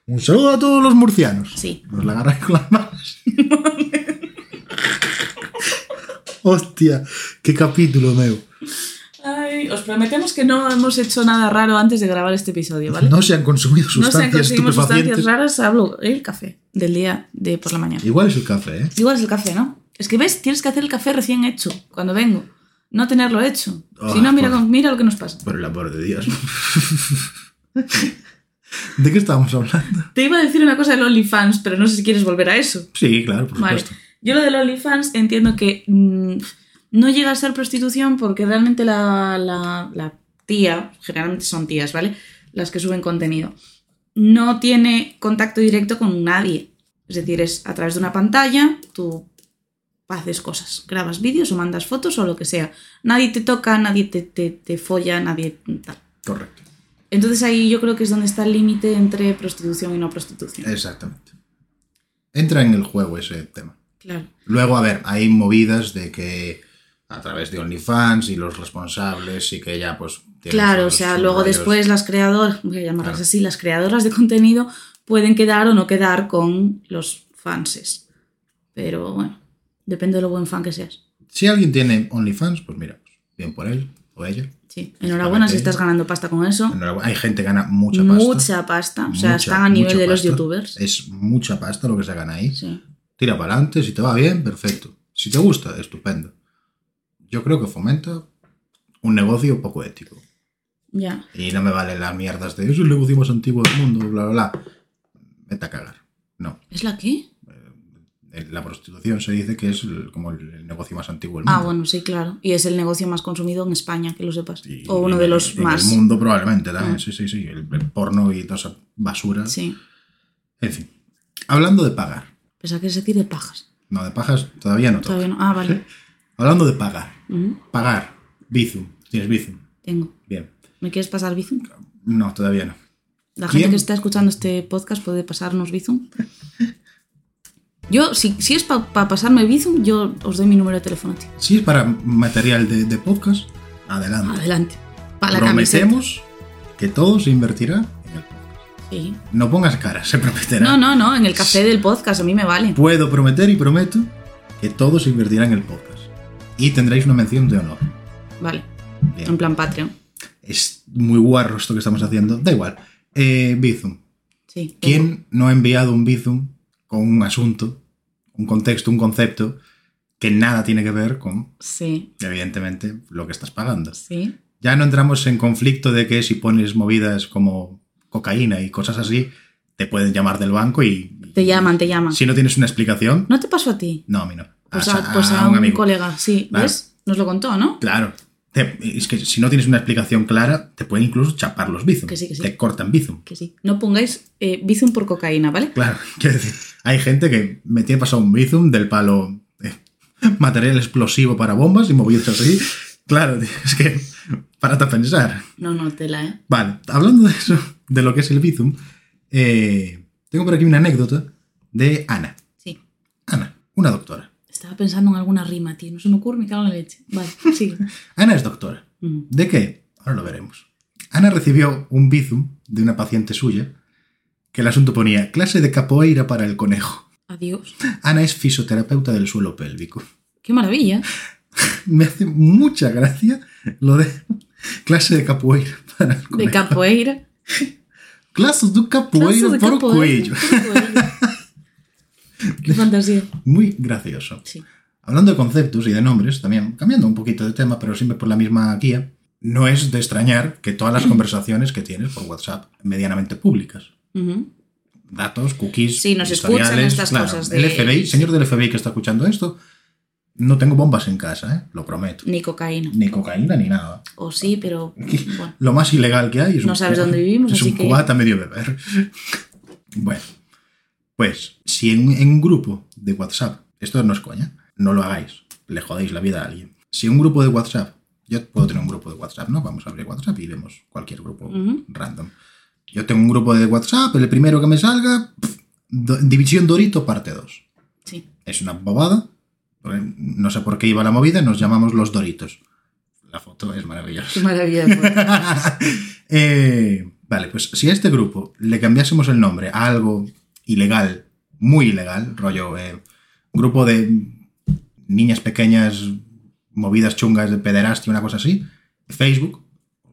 S1: Un saludo a todos los murcianos.
S2: Sí.
S1: Nos la agarráis con las manos. Hostia, qué capítulo, meu.
S2: Ay, os prometemos que no hemos hecho nada raro antes de grabar este episodio, ¿vale?
S1: No se han consumido
S2: No se han
S1: pues, sustancias
S2: conseguido
S1: estupefacientes.
S2: sustancias raras, hablo el café del día de por la mañana.
S1: Igual es el café, ¿eh?
S2: Igual es el café, ¿no? Es que ves, tienes que hacer el café recién hecho cuando vengo, no tenerlo hecho.
S1: Ah,
S2: si no, mira,
S1: bueno.
S2: con- mira lo que nos pasa.
S1: Por el amor de Dios. ¿De qué estábamos hablando?
S2: Te iba a decir una cosa del OnlyFans, pero no sé si quieres volver a eso.
S1: Sí, claro, por
S2: Vale.
S1: supuesto.
S2: Yo lo del OnlyFans entiendo que mm, no llega a ser prostitución porque realmente la, la- la tía, generalmente son tías, ¿vale? Las que suben contenido, no tiene contacto directo con nadie. Es decir, es a través de una pantalla, tú haces cosas, grabas vídeos o mandas fotos o lo que sea. Nadie te toca, nadie te, te, te folla, nadie tal.
S1: Correcto.
S2: Entonces ahí yo creo que es donde está el límite entre prostitución y no
S1: Eh,
S2: prostitución.
S1: Exactamente. Entra en el juego ese tema.
S2: Claro.
S1: Luego, a ver, hay movidas de que a través de OnlyFans y los responsables y que ya pues... tienen
S2: Claro, o
S1: sus-
S2: sea,
S1: sus
S2: luego
S1: rollos.
S2: después las creadoras, voy a llamarlas
S1: Claro.
S2: así, las creadoras de contenido pueden quedar o no quedar con los fanses. Pero bueno, depende de lo buen fan que seas.
S1: Si alguien tiene OnlyFans, pues mira, pues, bien por él o ella.
S2: Sí, enhorabuena
S1: Exactamente.
S2: si estás ganando pasta con eso.
S1: Enhorabuena. Hay gente que gana Pues mucha pasta.
S2: Mucha pasta, o sea,
S1: Mucha,
S2: están a nivel
S1: mucha
S2: de los
S1: pasta. Eh.
S2: youtubers.
S1: Es mucha pasta lo que se gana ahí.
S2: Sí.
S1: Tira para adelante, si te va bien, perfecto. Si te gusta, estupendo. Yo creo que fomenta un negocio poco ético.
S2: Ya,
S1: Y no me valen las mierdas de es el negocio más antiguo del mundo, bla, bla, bla. Vete a cagar. No.
S2: ¿es la qué?
S1: Eh, La prostitución se dice que es el- como el el negocio más antiguo del mundo.
S2: Ah, bueno, sí, claro. Y es el negocio más consumido en España, que lo sepas.
S1: Y-
S2: o uno
S1: y
S2: de
S1: en-
S2: los
S1: en
S2: más.
S1: el mundo probablemente también.
S2: Ah.
S1: Sí, sí, sí. El, el porno y toda esa basura.
S2: Sí,
S1: En fin. Hablando de pagar.
S2: pensaba que es decir de pajas.
S1: No, de pajas todavía no. toca.
S2: Todavía no. Ah, vale.
S1: Hablando de pagar.
S2: Ujú,
S1: Pagar. Bizum. ¿Tienes Bizum?
S2: Tengo.
S1: Bien.
S2: ¿Me quieres pasar Bizum?
S1: No, todavía no.
S2: La gente
S1: ¿Quién?
S2: que está escuchando este podcast puede pasarnos Bizum. Yo, si, si es para pasarme Bizum, yo os doy mi número de teléfono, tío.
S1: Si es para material de, de podcast, adelante.
S2: Adelante. Para la camiseta.
S1: Prometemos que todo se invertirá en el podcast.
S2: Sí.
S1: No pongas cara, se prometerá.
S2: No, no, no, en el café del podcast, a mí me vale.
S1: Puedo prometer y prometo que todo se invertirá en el podcast. Y tendréis una mención de honor.
S2: Vale,
S1: Bien.
S2: en plan Patreon.
S1: Es muy guarro esto que estamos haciendo. Da igual. Eh, Bizum.
S2: Sí. tengo.
S1: ¿Quién no ha enviado un Bizum con un asunto, un contexto, un concepto que nada tiene que ver con,
S2: Sí,
S1: evidentemente, lo que estás pagando?
S2: sí.
S1: Ya no entramos en conflicto de que si pones movidas como cocaína y cosas así, te pueden llamar del banco y...
S2: Te llaman, te llaman.
S1: Si no tienes una explicación...
S2: ¿No te pasó a ti?
S1: No, a mí no.
S2: Pues
S1: Ah, Sa-
S2: a, pues a un, colega, sí.
S1: Claro.
S2: ¿Ves? Nos lo contó, ¿no?
S1: Claro. Te- es que si no tienes una explicación clara, te pueden incluso chapar los bizum.
S2: Que sí, que sí.
S1: Te cortan bizum.
S2: Que sí. No pongáis eh, Bizum por cocaína, ¿vale?
S1: Claro, quiero decir, hay gente que me tiene pasado un bizum del palo eh, material explosivo para bombas y movidas así. Claro, tío, es que párate a pensar.
S2: No, no, tela, ¿eh?
S1: Vale, hablando de eso, de lo que es el Bizum, eh, tengo por aquí una anécdota de Ana.
S2: Sí.
S1: Ana, una doctora.
S2: Estaba pensando en alguna rima, tío. No se me ocurre, me cago en la leche. Vale, sí.
S1: Ana es doctora.
S2: Mm.
S1: ¿De qué? Ahora lo veremos. Ana recibió un Bizum de una paciente suya que el asunto ponía clase de capoeira para el conejo.
S2: Adiós.
S1: Ana es fisioterapeuta del suelo pélvico.
S2: ¡Qué maravilla!
S1: Me hace mucha gracia lo de clase de capoeira para el
S2: De
S1: conejo.
S2: capoeira.
S1: Clases de capoeira
S2: Clases de
S1: por
S2: capoeira,
S1: cuello.
S2: por cuello. Qué fantasía.
S1: Muy gracioso.
S2: Sí.
S1: Hablando de conceptos y de nombres, también cambiando un poquito de tema, pero siempre por la misma guía, no es de extrañar que todas las conversaciones que tienes por WhatsApp medianamente públicas.
S2: Ujú.
S1: Datos, cookies,
S2: Sí, nos escuchan
S1: historiales,
S2: estas
S1: claro.
S2: cosas
S1: El
S2: de-
S1: FBI, señor del FBI que está escuchando esto, no tengo bombas en casa, ¿eh? lo prometo.
S2: Ni cocaína.
S1: Ni cocaína ni nada.
S2: O sí, pero bueno.
S1: Lo más ilegal que hay es
S2: No
S1: un
S2: sabes
S1: cubata-
S2: dónde vivimos,
S1: es
S2: así
S1: un
S2: que-
S1: cubata medio beber. Bueno, pues si en, en un grupo de WhatsApp, esto no es coña, no lo hagáis, le jodéis la vida a alguien. Si un grupo de WhatsApp, yo puedo tener un grupo de WhatsApp, ¿no? Vamos a abrir WhatsApp y vemos cualquier grupo
S2: Ujú.
S1: random. Yo tengo un grupo de WhatsApp, el primero que me salga, pf, do- División Dorito, parte 2.
S2: Sí.
S1: Es una bobada. porque No sé por qué iba la movida, nos llamamos los Doritos. La foto es maravillosa.
S2: Qué maravilla. pues. de cuerpo.
S1: Eh, vale, pues si a este grupo le cambiásemos el nombre a algo ilegal, muy ilegal, rollo, eh, grupo de niñas pequeñas, movidas chungas de pederastia, una cosa así, Facebook,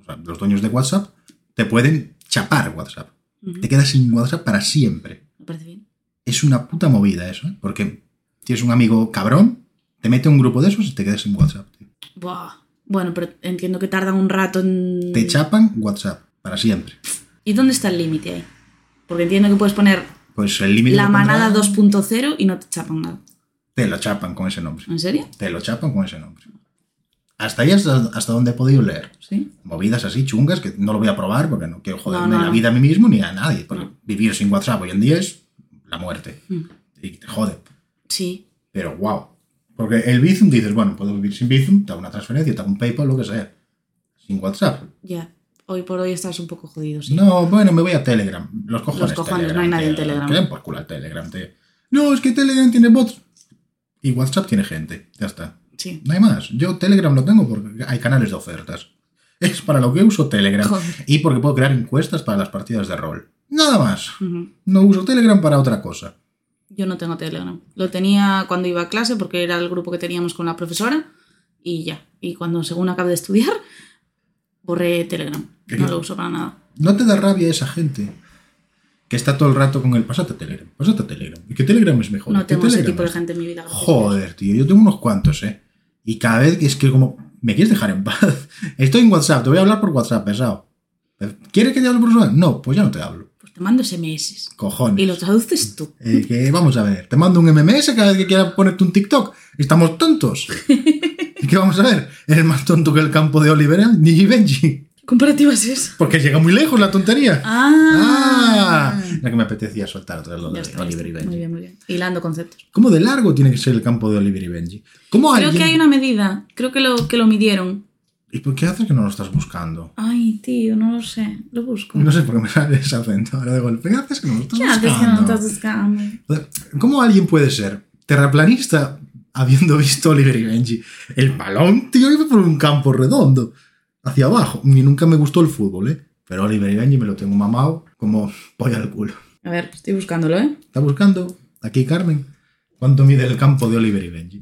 S1: o sea, los dueños de WhatsApp, te pueden chapar WhatsApp.
S2: Ujú.
S1: Te quedas sin WhatsApp para siempre.
S2: Me parece bien.
S1: Es una puta movida eso, ¿eh? porque tienes un amigo cabrón, te mete a un grupo de esos y te quedas sin WhatsApp. tío.
S2: Buah. Bueno, pero entiendo que tardan un rato en.
S1: Te chapan WhatsApp para siempre.
S2: ¿Y dónde está el límite ahí? Porque entiendo que puedes poner
S1: Pues el límite
S2: la
S1: lo pondrá-
S2: manada 2.0 y no te chapan nada.
S1: Te lo chapan con ese nombre.
S2: ¿En serio?
S1: Te lo chapan con ese nombre. Hasta ahí hasta, hasta donde he podido leer.
S2: Sí.
S1: Movidas así chungas que no lo voy a probar porque no quiero joderme
S2: No, no,
S1: la
S2: no.
S1: vida a mí mismo ni a nadie. Porque
S2: No.
S1: vivir sin WhatsApp hoy en día es la muerte.
S2: Mm.
S1: Y te jode.
S2: Sí.
S1: Pero wow. Porque el Bizum dices, bueno, puedo vivir sin Bizum, te hago una transferencia, te hago un PayPal, lo que sea. Sin WhatsApp.
S2: Ya. Hoy por hoy estás un poco jodido, sí.
S1: No, bueno, me voy a Telegram. Los cojones.
S2: Los cojones, no hay nadie en
S1: tío.
S2: Telegram.
S1: Que den por culo al Telegram, tío. No, es que Telegram tiene bots. Y WhatsApp tiene gente. Ya está.
S2: Sí.
S1: No hay más. Yo Telegram lo tengo porque hay canales de ofertas. Es para lo que uso Telegram.
S2: Joder.
S1: Y porque puedo crear encuestas para las partidas de rol. Nada más.
S2: Ujú.
S1: No uso Telegram para otra cosa.
S2: Yo no tengo Telegram. Lo tenía cuando iba a clase porque era el grupo que teníamos con la profesora y ya. Y cuando según acabé de estudiar, borré Telegram. No lo uso para nada.
S1: ¿No te da rabia esa gente? Que está todo el rato con el pasate a Telegram. Pasate a Telegram. Y que Telegram es mejor. y
S2: No
S1: que
S2: tengo ese
S1: Telegram
S2: tipo de
S1: es-
S2: gente en mi vida. gracias a Dios.
S1: Joder, tío, yo tengo unos cuantos, ¿eh? Y cada vez que es que como, ¿me quieres dejar en paz? Estoy en WhatsApp, te voy a hablar por WhatsApp, pesado. ¿Quieres que te hable por WhatsApp? No, pues ya no te hablo.
S2: Pues te mando SMS.
S1: Cojones.
S2: Y lo traduces tú.
S1: Eh, que vamos a ver, te mando un MMS cada vez que quieras ponerte un TikTok. Estamos tontos. ¿Y qué vamos a ver? Eres más tonto que el campo de Oliver y Benji.
S2: ¿Qué comparativa es eso?
S1: Porque llega muy lejos la tontería.
S2: Ah.
S1: Ah, la que me apetecía soltar otra vez lo de
S2: Ya está, ya
S1: Oliver y
S2: está. Muy
S1: Benji.
S2: bien, muy bien. Hilando conceptos.
S1: ¿Cómo de largo tiene que ser el campo de Oliver y Benji? ¿Cómo
S2: Creo
S1: alguien-
S2: que hay una medida. Creo que lo, que lo midieron.
S1: ¿Y por qué haces que no lo estás buscando?
S2: Ay, tío, no lo sé. Lo busco.
S1: No sé por qué me sale ese acento ahora de golpe. ¿Qué haces que no lo estás
S2: ¿Qué
S1: buscando?
S2: haces que no lo estás buscando?
S1: ¿Cómo alguien puede ser terraplanista habiendo visto Oliver y Benji? El balón, tío, iba por un campo redondo, hacia abajo. Ni nunca me gustó el fútbol, ¿eh? Pero Oliver y Benji me lo tengo mamado como polla al culo.
S2: A ver, estoy buscándolo, ¿eh?
S1: ¿Está buscando? Aquí Carmen. ¿Cuánto mide el campo de Oliver y Benji?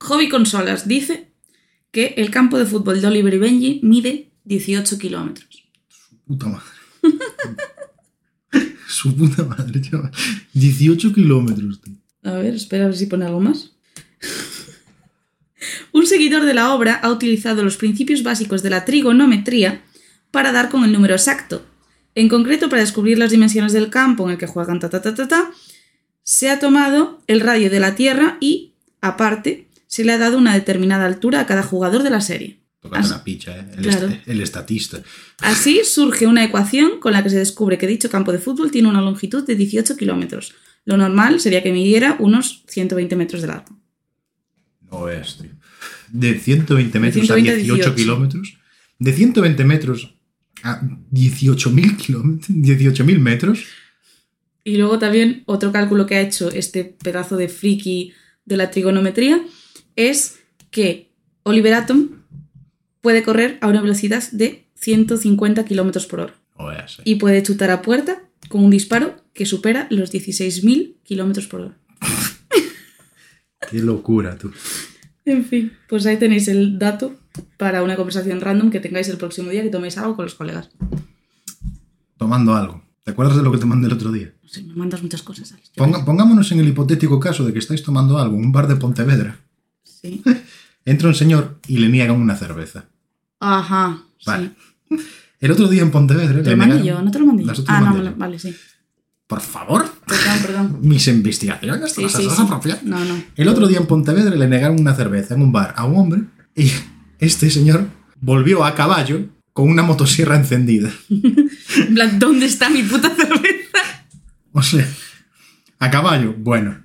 S2: Hobby Consolas dice que el campo de fútbol de Oliver y Benji mide 18 kilómetros.
S1: Puta madre. Su puta madre, chaval. 18 kilómetros, tío.
S2: A ver, espera a ver si pone algo más. Un seguidor de la obra ha utilizado los principios básicos de la trigonometría para dar con el número exacto. En concreto, para descubrir las dimensiones del campo en el que juegan ta ta ta ta ta, se ha tomado el radio de la Tierra y, aparte, se le ha dado una determinada altura a cada jugador de la serie.
S1: Tocate
S2: Así-
S1: la picha, ¿eh? El,
S2: Claro.
S1: est- el estatista.
S2: Así surge una ecuación con la que se descubre que dicho campo de fútbol tiene una longitud de 18 kilómetros. Lo normal sería que midiera unos 120 metros de largo.
S1: No es, tío. De 120 metros a
S2: 120,
S1: 18,
S2: 18.
S1: kilómetros. De 120 metros a 18.000 kilómetros. 18.000 metros.
S2: Y luego también otro cálculo que ha hecho este pedazo de friki de la trigonometría es que Oliver Atom puede correr a una velocidad de 150 kilómetros por hora
S1: No es. eh.
S2: y puede chutar a puerta con un disparo que supera los 16.000 kilómetros por hora.
S1: Qué locura, tú.
S2: En fin, pues ahí tenéis el dato para una conversación random que tengáis el próximo día que toméis algo con los colegas.
S1: Tomando algo. ¿Te acuerdas de lo que te mandé el otro día?
S2: No sé, me mandas muchas cosas, Alex. Yo
S1: Ponga- pongámonos en el hipotético caso de que estáis tomando algo en un bar de Pontevedra.
S2: qué sé. Sí.
S1: Entra un señor y le niegan una cerveza.
S2: Ajá.
S1: Vale.
S2: Sí.
S1: El otro día en Pontevedra
S2: Te
S1: le
S2: lo mandé
S1: negaron-
S2: yo, no te lo mandé yo.
S1: Las otras
S2: Ah, no,
S1: mandé
S2: me
S1: yo.
S2: lo- vale, sí.
S1: Por favor,
S2: Perdón, perdón.
S1: mis investigaciones te
S2: Sí,
S1: las
S2: sí,
S1: estás
S2: sí.
S1: apropiando.
S2: No, no.
S1: El otro día en Pontevedra le negaron una cerveza en un bar a un hombre y este señor volvió a caballo con una motosierra encendida.
S2: En plan, ¿dónde está mi puta cerveza?
S1: O sea, a caballo, bueno.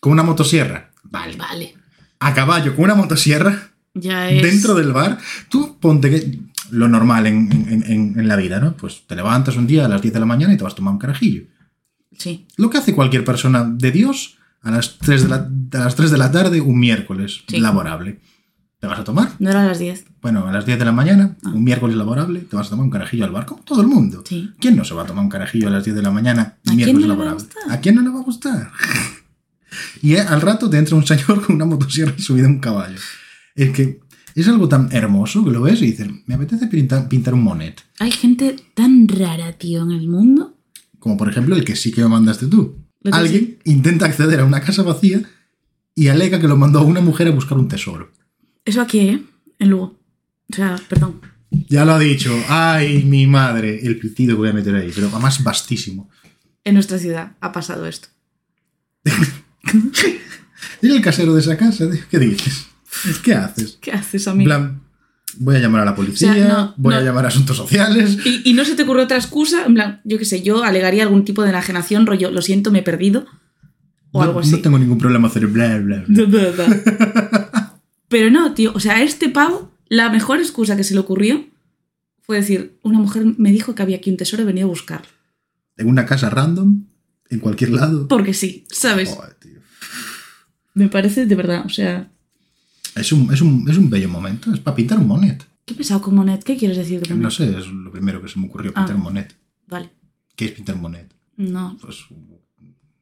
S1: Con una motosierra, vale.
S2: Vale.
S1: A caballo, con una motosierra,
S2: Ya es.
S1: dentro del bar. Tú ponte que lo normal en, en- en- en la vida, ¿no? Pues te levantas un día a las 10 de la mañana y te vas a tomar un carajillo.
S2: Sí.
S1: Lo que hace cualquier persona de Dios a las 3 de la, a las 3 de la tarde un miércoles
S2: Sí.
S1: laborable. ¿Te vas a tomar?
S2: No eran las 10.
S1: Bueno, a las 10 de la mañana, un miércoles laborable, te vas a tomar un carajillo al bar, como todo el mundo.
S2: Ah. Sí.
S1: ¿Quién no se va a tomar un carajillo a las 10 de la mañana,
S2: quién
S1: miércoles
S2: no le va a
S1: laborable?
S2: gustar?
S1: ¿A quién no le va a gustar? y eh, al rato te entra un señor con una motosierra subida a un caballo. Es que es algo tan hermoso que lo ves y dices, me apetece pintar, pintar un monet.
S2: Hay gente tan rara, tío, en el mundo.
S1: Como por ejemplo el que sí que me mandaste tú.
S2: Lo que
S1: Alguien intenta acceder a una casa vacía y alega que lo mandó a una mujer a buscar un tesoro.
S2: Eso aquí, ¿eh? En Lugo. O sea, perdón.
S1: Ya lo ha dicho. Ay, mi madre, el pitido que voy a meter ahí, pero además vastísimo.
S2: En nuestra ciudad ha pasado esto.
S1: Dile al casero de esa casa, tío, ¿qué dices? ¿Qué haces?
S2: ¿Qué haces,
S1: En
S2: amigo?
S1: plan, voy a llamar a la policía,
S2: O sea, no,
S1: voy a
S2: no.
S1: llamar a asuntos sociales.
S2: ¿Y, y no se te ocurre otra excusa? En plan, yo qué sé, yo alegaría algún tipo de enajenación, rollo, lo siento, me he perdido. O
S1: no,
S2: algo
S1: no
S2: así.
S1: tengo ningún problema cerebral, bla, bla.
S2: Da, da, da. Pero no, tío, o sea, a este pavo, la mejor excusa que se le ocurrió fue decir, una mujer me dijo que había aquí un tesoro, he venido a buscarlo.
S1: En una casa random, en cualquier lado.
S2: Porque sí, ¿sabes?
S1: Joder, tío.
S2: Me parece de verdad, o sea,
S1: Es, un, es, un, es un bello momento, es para pintar un monet.
S2: ¿qué he pensado con Monet? ¿Qué quieres decir con Monet?
S1: No sé, es lo primero que se me ocurrió, pintar
S2: Ah.
S1: un monet.
S2: Vale,
S1: ¿Qué es pintar un monet?
S2: no,
S1: Pues,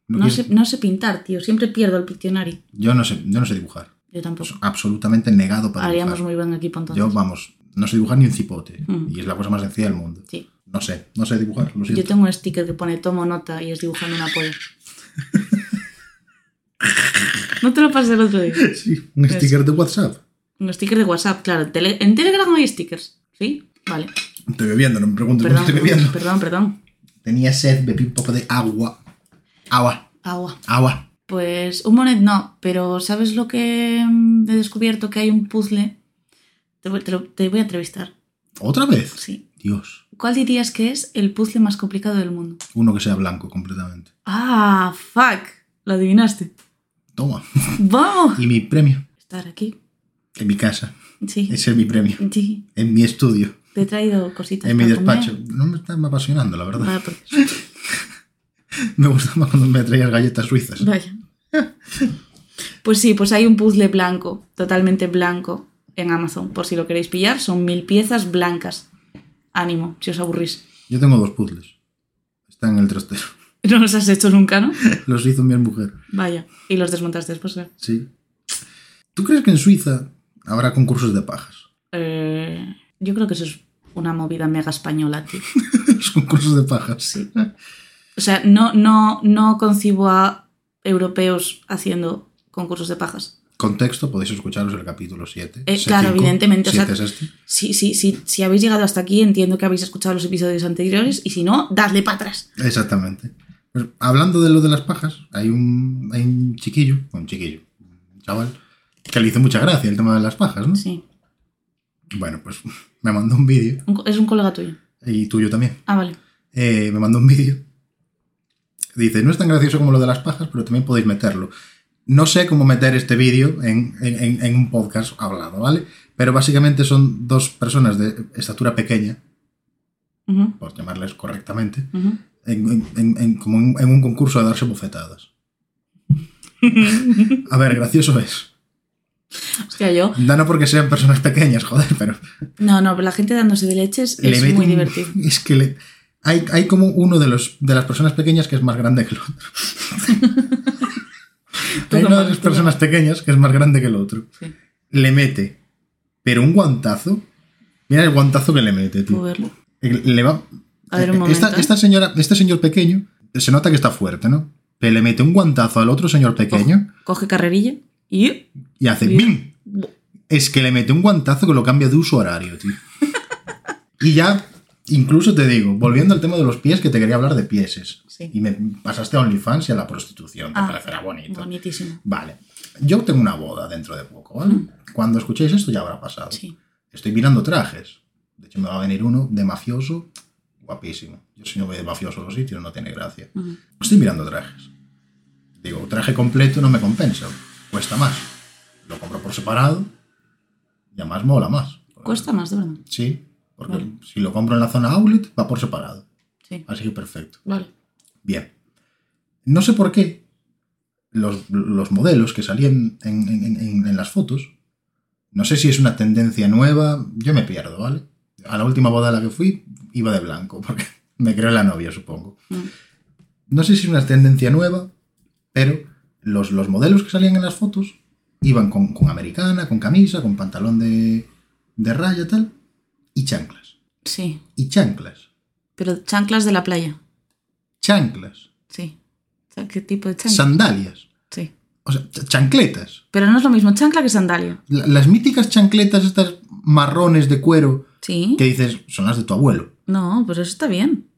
S1: no
S2: no
S1: quieres-
S2: sé, no sé pintar, tío, siempre pierdo el diccionario.
S1: Yo, no sé, yo no sé dibujar.
S2: Yo
S1: Pues,
S2: tampoco.
S1: absolutamente negado para
S2: Haríamos
S1: dibujar.
S2: muy buen equipo entonces.
S1: Yo, vamos, no sé dibujar ni un cipote.
S2: Mm.
S1: Y es la cosa más sencilla del mundo.
S2: Sí.
S1: No sé, no sé dibujar, lo siento.
S2: Yo tengo un sticker que pone tomo nota y es dibujando una polla. no te lo pasé el otro día.
S1: Sí,
S2: Pues
S1: un sticker de WhatsApp.
S2: Un sticker de WhatsApp, claro. En, Tele- en Telegram hay stickers, ¿sí? Vale.
S1: Estoy bebiendo, no me preguntes por
S2: Perdón,
S1: qué estoy bebiendo.
S2: perdón, perdón.
S1: Tenía sed, bebí un poco de agua. Agua,
S2: Agua.
S1: agua.
S2: Pues un monet no, pero ¿sabes lo que mm, he descubierto? Que hay un puzzle. Te voy, te lo- te voy a entrevistar,
S1: ¿Otra vez?
S2: sí.
S1: Dios,
S2: ¿Cuál dirías que es el puzzle más complicado del mundo?
S1: uno que sea blanco completamente.
S2: Ah, fuck. Lo adivinaste.
S1: Toma.
S2: ¡Vamos!
S1: Y mi premio.
S2: Estar aquí.
S1: En mi casa.
S2: Sí.
S1: Ese es mi premio.
S2: Sí.
S1: En mi estudio.
S2: Te he traído cositas.
S1: En mi
S2: para Ah, comer.
S1: despacho. No me está apasionando, la verdad.
S2: Vaya, por-
S1: Me gustaba cuando me traías galletas suizas.
S2: vaya. Pues sí, pues hay un puzzle blanco, totalmente blanco, en Amazon, por si lo queréis pillar. Son mil piezas blancas. Ánimo, si os aburrís.
S1: Yo tengo dos puzzles. Están en el trastero.
S2: No los has hecho nunca, ¿no?
S1: Los hizo mi mujer.
S2: Vaya. Y los desmontaste después. ¿eh?
S1: Sí. ¿Tú crees que en Suiza habrá concursos de pajas?
S2: Eh, yo creo que eso es una movida mega española, tío.
S1: Los concursos de pajas.
S2: Sí. O sea, no, no, no concibo a europeos haciendo concursos de pajas.
S1: Contexto, podéis escucharos el capítulo 7.
S2: Eh, claro, evidentemente, o
S1: 7
S2: sea-
S1: es este.
S2: Si, si, si, si habéis llegado hasta aquí, entiendo que habéis escuchado los episodios anteriores y si no, dadle para atrás.
S1: Exactamente. Pues, hablando de lo de las pajas, hay un, hay un chiquillo, un chiquillo, un chaval, que le hizo mucha gracia el tema de las pajas, ¿no?
S2: Sí.
S1: Bueno, pues me mandó un vídeo,
S2: Un co- es un colega tuyo.
S1: y tuyo también,
S2: Ah, vale.
S1: Eh, me mandó un vídeo. Dice, no es tan gracioso como lo de las pajas, pero también podéis meterlo. No sé cómo meter este vídeo en, en- en- en un podcast hablado, ¿vale? Pero básicamente son dos personas de estatura pequeña,
S2: Ujú,
S1: por llamarles correctamente,
S2: ujú.
S1: en, en- en- en- como en- en un concurso de darse bofetadas. A ver, gracioso es.
S2: Hostia, yo.
S1: No, no porque sean personas pequeñas, joder, pero...
S2: No, no, pero la gente dándose de leches es
S1: mete
S2: muy
S1: un-
S2: divertido.
S1: Es que le, Hay, hay como uno de, los, de las personas pequeñas que es más grande que el otro. hay una de las personas pequeñas que es más grande que el otro.
S2: Sí.
S1: Le mete, pero un guantazo. Mira el guantazo que le mete, tío.
S2: Puedo verlo.
S1: Le va.
S2: A ver, un momento.
S1: Mm. Eh, esta, esta señora, este señor pequeño, se nota que está fuerte, ¿no? Pero le mete un guantazo al otro señor pequeño
S2: Coge carrerilla y...
S1: y hace
S2: Bien.
S1: ¡bim! Es que le mete un guantazo que lo cambia de uso horario, tío. Y ya, incluso te digo, volviendo al tema de los pies, que te quería hablar de pieses.
S2: Sí.
S1: Y me pasaste a OnlyFans y a la prostitución, que
S2: Ah,
S1: parecerá bonito.
S2: Bonitísimo.
S1: Vale. Yo tengo una boda dentro de poco, ¿vale? Cuando escuchéis esto ya habrá pasado.
S2: Sí.
S1: Estoy mirando trajes. De hecho, me va a venir uno de mafioso, guapísimo. Yo si no voy de mafioso a los sitios, no tiene gracia.
S2: Ujú.
S1: Estoy mirando trajes. Digo, traje completo no me compensa. Cuesta más. Lo compro por separado y además mola más.
S2: Cuesta más, de verdad.
S1: Sí, porque
S2: Vale.
S1: si lo compro en la zona outlet, va por separado.
S2: Sí.
S1: Así que perfecto.
S2: Vale.
S1: Bien. No sé por qué los, los modelos que salían en, en- en- en las fotos, no sé si es una tendencia nueva, yo me pierdo, ¿vale? A la última boda a la que fui iba de blanco, porque me creó la novia, supongo.
S2: Mm.
S1: No sé si es una tendencia nueva, pero los, los modelos que salían en las fotos iban con, con americana, con camisa, con pantalón de, de raya, tal, y chanclas.
S2: Sí.
S1: Y chanclas.
S2: Pero chanclas de la playa.
S1: Chanclas.
S2: Sí. O sea, ¿Qué tipo de chanclas?
S1: Sandalias.
S2: sí.
S1: O sea, ch- chancletas.
S2: Pero no es lo mismo chancla que sandalia.
S1: La- Las míticas chancletas, estas marrones de cuero,
S2: Sí.
S1: que dices, son las de tu abuelo.
S2: No, pues eso está bien.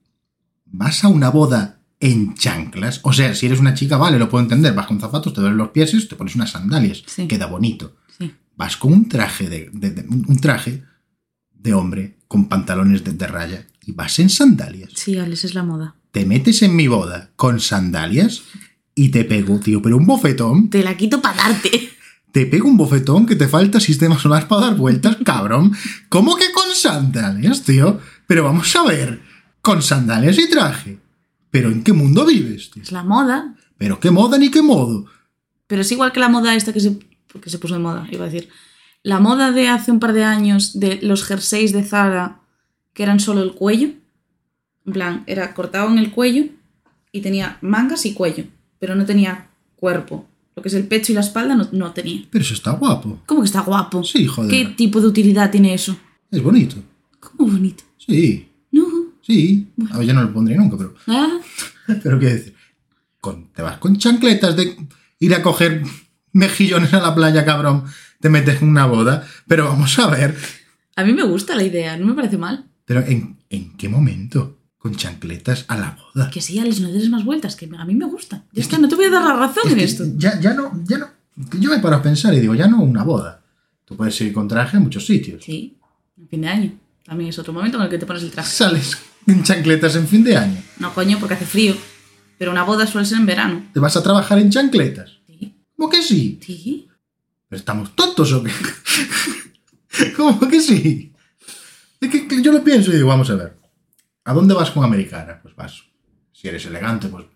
S1: ¿Vas a una boda en chanclas? O sea, si eres una chica, vale, lo puedo entender. Vas con zapatos, te duelen los pies, te pones unas sandalias.
S2: Sí.
S1: Queda bonito.
S2: Sí.
S1: Vas con un traje de, de- de- un un traje de hombre con pantalones de, de raya y vas en sandalias.
S2: Sí, Alex, es la moda.
S1: Te metes en mi boda con sandalias y te pego, tío, pero un bofetón.
S2: Te la quito para darte.
S1: Te pego un bofetón que te falta sistema solar para dar vueltas, cabrón. ¿Cómo que con sandalias, tío? Pero vamos a ver, con sandalias y traje. ¿Pero en qué mundo vives, tío?
S2: Es la moda.
S1: ¿Pero qué moda ni qué modo?
S2: Pero es igual que la moda esta que se, que se puso de moda, iba a decir. La moda de hace un par de años de los jerseys de Zara que eran solo el cuello. En plan, era cortado en el cuello y tenía mangas y cuello, pero no tenía cuerpo. Lo que es el pecho y la espalda no, no tenía.
S1: Pero eso está guapo.
S2: ¿Cómo que está guapo?
S1: Sí, joder.
S2: ¿Qué tipo de utilidad tiene eso?
S1: Es bonito.
S2: ¿Cómo bonito?
S1: Sí,
S2: No.
S1: sí. A ver, yo no lo pondría nunca, pero...
S2: Ah,
S1: Pero quiero decir, con- te vas con chancletas de ir a coger mejillones a la playa, cabrón. Te metes en una boda. Pero vamos a ver.
S2: A mí me gusta la idea, no me parece mal.
S1: Pero ¿en, en qué momento? Con chancletas a la boda.
S2: Que sí, Alex, no des más vueltas, que a mí me gusta. Ya está, no te voy a dar la razón
S1: Es
S2: en
S1: que
S2: esto.
S1: Ya, ya no, ya no. que Yo me paro a pensar y digo, ya no una boda. Tú puedes ir con traje en muchos sitios.
S2: Sí, en fin de año. También es otro momento en el que te pones el traje.
S1: Sales en chancletas en fin de año.
S2: No, coño, porque hace frío. Pero una boda suele ser en verano.
S1: ¿Te vas a trabajar en chancletas?
S2: Sí,
S1: ¿Cómo que sí?
S2: sí.
S1: ¿Pero estamos tontos o qué? ¿Cómo que sí? Es que que yo lo pienso y digo, vamos a ver. ¿A dónde vas con americana? Pues vas. Si eres elegante, pues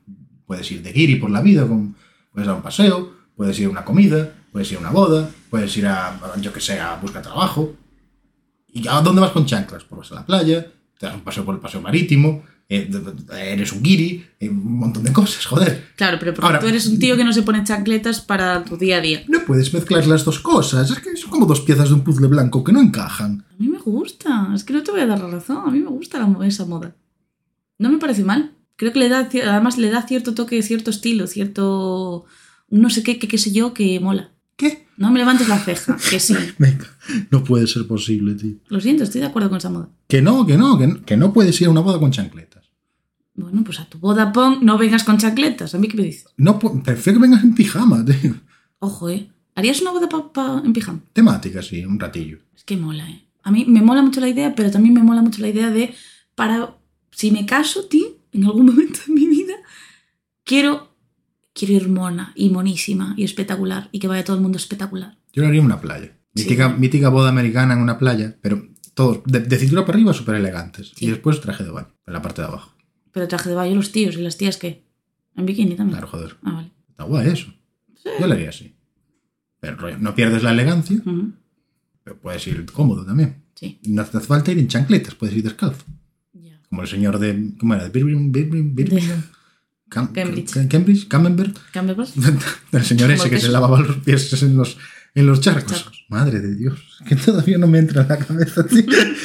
S1: puedes ir de guiri por la vida, con- puedes dar un paseo, puedes ir a una comida, puedes ir a una boda, puedes ir a, a, yo que sé, a buscar trabajo. ¿Y a dónde vas con chanclas? Pues vas a la playa, te das un paseo por el paseo marítimo, eh, d- d- eres un guiri, eh, un montón de cosas, joder.
S2: Claro, pero porque
S1: Ahora-
S2: tú eres un tío que no se pone chancletas para tu día a día.
S1: No puedes mezclar las dos cosas, es que son como dos piezas de un puzzle blanco que no encajan.
S2: A mí me gusta, es que no te voy a dar la razón. A mí me gusta la mo- esa moda. No me parece mal. Creo que le da, cier- además le da cierto toque, cierto estilo, cierto no sé qué, qué, qué sé yo, que mola.
S1: ¿Qué?
S2: No me levantes la ceja, que sí.
S1: Venga, no puede ser posible, tío.
S2: Lo siento, estoy de acuerdo con esa moda.
S1: Que no, que no, que no, que no puedes ir a una boda con chancletas.
S2: Bueno, pues a tu boda pon, no vengas con chancletas. ¿A mí qué me dices?
S1: No, pu- prefiero que vengas en pijama, tío.
S2: Ojo, ¿eh? ¿Harías una boda pa- pa- en pijama?
S1: Temática, sí, un ratillo.
S2: Es que mola, ¿eh? A mí me mola mucho la idea, pero también me mola mucho la idea de, para, si me caso, tío, en algún momento de mi vida, quiero, quiero ir mona y monísima y espectacular y que vaya todo el mundo espectacular.
S1: Yo lo haría en una playa.
S2: Sí.
S1: Mítica, mítica boda americana en una playa, pero todos, de, de cintura para arriba, súper elegantes.
S2: Sí.
S1: Y después traje de baño, en la parte de abajo.
S2: Pero traje de baño los tíos y las tías, ¿qué? En bikini también.
S1: Claro, joder.
S2: Ah, vale.
S1: Está guay eso. Yo lo haría así. Pero rollo, no pierdes la elegancia,
S2: Ujú.
S1: pero puedes ir cómodo también.
S2: Sí,
S1: No te hace falta ir en chancletas, puedes ir descalzo.
S2: ya.
S1: Como como el señor de. ¿Cómo era? ¿De Birmingham? Birmingham- Birmingham? Cam-
S2: Cambridge.
S1: Cam- Cambridge, Camembert,
S2: Camembert.
S1: del señor ese que
S2: Camembert.
S1: se lavaba los pies en los, en los charcos.
S2: Charcos.
S1: Madre de Dios, que todavía no me entra en la cabeza tío,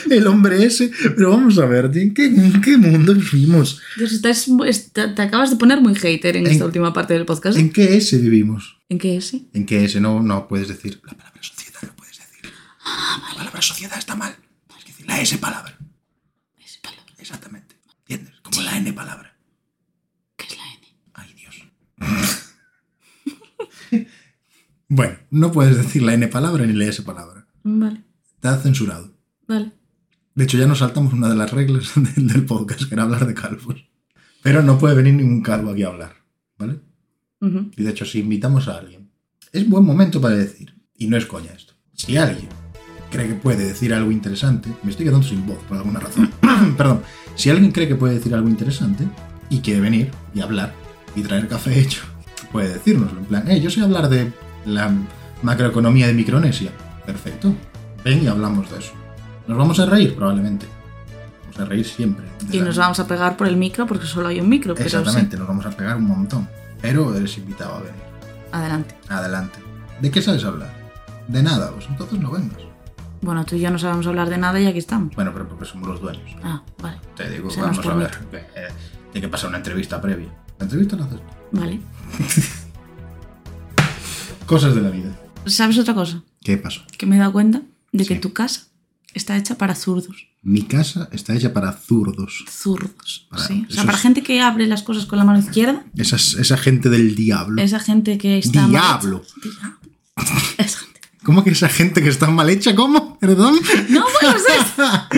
S1: el hombre ese. Pero vamos a ver, tío, ¿en qué, en qué mundo vivimos?
S2: Dios, estás mu- esta- te acabas de poner muy hater en,
S1: En-
S2: esta última parte del podcast.
S1: ¿En
S2: ¿En,
S1: qué ese vivimos?
S2: qué ese?
S1: ¿En qué ese? No, no puedes decir. La palabra sociedad no puedes decir.
S2: Ah,
S1: La palabra sociedad está mal. Tienes que decir la S palabra.
S2: Esa palabra,
S1: Exactamente. ¿Entiendes? Como la N palabra.
S2: ¿Qué es la N?
S1: Ay, Dios. bueno, no puedes decir la N palabra ni la S palabra.
S2: Vale,
S1: Está censurado.
S2: vale.
S1: De hecho, ya nos saltamos una de las reglas del, del podcast, que era hablar de calvos. Pero no puede venir ningún calvo aquí a hablar, ¿vale?
S2: Ujú.
S1: Y de hecho, si invitamos a alguien, es buen momento para decir, y no es coña esto, si alguien cree que puede decir algo interesante, me estoy quedando sin voz por alguna razón, perdón, si alguien cree que puede decir algo interesante y quiere venir y hablar y traer café hecho, puede decírnoslo, en plan, hey, yo sé hablar de la macroeconomía de Micronesia, perfecto, ven y hablamos de eso. Nos vamos a reír probablemente, vamos a reír siempre. de
S2: Y
S1: la-
S2: nos vamos a pegar por el micro porque solo hay un micro, pero sí.
S1: Exactamente, nos vamos a pegar un montón, pero eres invitado a venir.
S2: Adelante.
S1: Adelante. ¿De qué sabes hablar? De nada, pues entonces no vengas.
S2: Bueno, tú y yo no sabemos hablar de nada y aquí estamos.
S1: Bueno, pero porque somos los dueños.
S2: Ah, vale.
S1: Te digo,
S2: O sea,
S1: vamos
S2: nos
S1: a ver. eh, Tiene que pasar una entrevista previa. La entrevista la haces. tú.
S2: Vale.
S1: Cosas de la vida.
S2: ¿Sabes otra cosa?
S1: ¿Qué pasó?
S2: Que me he dado cuenta de que
S1: Sí.
S2: tu casa está hecha para zurdos.
S1: Mi casa está hecha para zurdos.
S2: Zurdos,
S1: Para-
S2: sí. O
S1: eso
S2: sea, para
S1: es-
S2: gente que abre las cosas con la mano izquierda,
S1: Esas- esa gente del diablo.
S2: esa gente que está... mal hecha.
S1: Mm. Diablo.
S2: Diablo. Esa gente.
S1: ¿Cómo que esa gente que está mal hecha? ¿Cómo? ¿Perdón?
S2: No, bueno, o sea,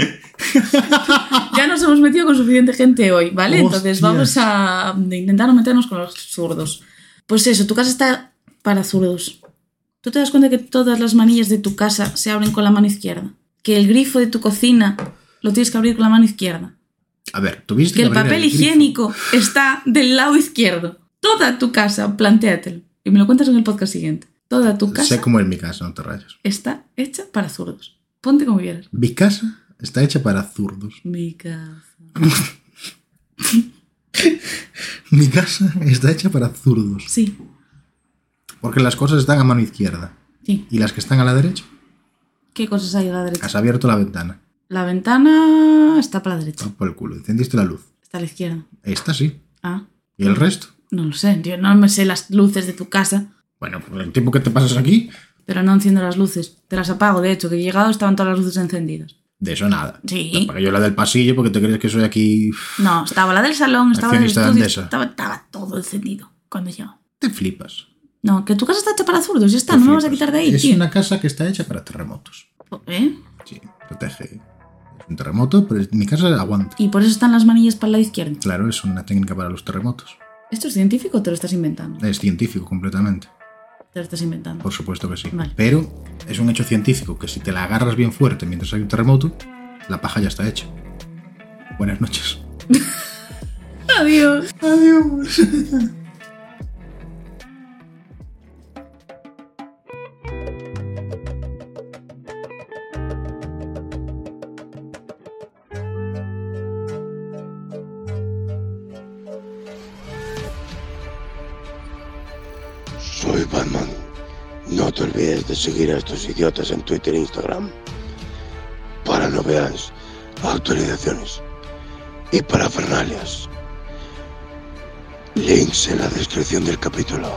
S2: ya nos hemos metido con suficiente gente hoy, ¿vale? Entonces vamos
S1: Hostias.
S2: a intentar no meternos con los zurdos. Pues eso, tu casa está para zurdos. ¿Tú te das cuenta que todas las manillas de tu casa se abren con la mano izquierda? Que el grifo de tu cocina lo tienes que abrir con la mano izquierda.
S1: A ver, tuviste
S2: Que el
S1: abrir
S2: papel
S1: grifo.
S2: higiénico está del lado izquierdo. Toda tu casa, plantéatelo. Y me lo cuentas en el podcast siguiente. Toda tu casa
S1: Sé cómo es mi casa, no te rayas.
S2: está hecha para zurdos. Ponte como quieras.
S1: Mi casa está hecha para zurdos.
S2: Mi casa.
S1: Mi casa está hecha para zurdos.
S2: Sí,
S1: Porque las cosas están a mano izquierda.
S2: sí.
S1: ¿Y las que están a la derecha?
S2: ¿Qué cosas hay a la derecha?
S1: Has abierto la ventana. Ah,
S2: La ventana está para la derecha.
S1: Por el culo. Encendiste la luz.
S2: Está a la izquierda.
S1: Esta sí.
S2: Ah,
S1: ¿Y el resto?
S2: no lo sé. Yo no me sé las luces de tu casa,
S1: Bueno, pues el tiempo que te pasas aquí,
S2: pero no enciendo las luces. Te las apago, de hecho, que he llegado estaban todas las luces encendidas.
S1: de eso nada.
S2: Sí.
S1: Te apagué yo la del pasillo porque te crees que soy aquí.
S2: No, estaba la del salón, estaba la del
S1: Accionista de
S2: estudio,
S1: Endesa.
S2: estaba, estaba todo encendido cuando llegó.
S1: Te flipas.
S2: No, que tu casa está hecha para zurdos, ya está,
S1: Te
S2: no me vas a
S1: flipas.
S2: quitar de ahí,
S1: Es
S2: tío.
S1: una casa que está hecha para terremotos.
S2: ¿Eh?
S1: Sí, protege. Es un terremoto, pero mi casa aguanta.
S2: Y por eso están las manillas para el lado izquierdo.
S1: Claro, es una técnica para los terremotos.
S2: ¿Esto es científico o te lo estás inventando?
S1: Es científico completamente.
S2: Te lo estás inventando.
S1: Por supuesto que sí.
S2: Vale.
S1: Pero es un hecho científico que si te la agarras bien fuerte mientras hay un terremoto, la paja ya está hecha. Buenas noches.
S2: Adiós.
S1: Adiós.
S3: Soy Batman. No te olvides de seguir a estos idiotas en Twitter e Instagram para no veas actualizaciones y para Fernalias. Links en la descripción del capítulo.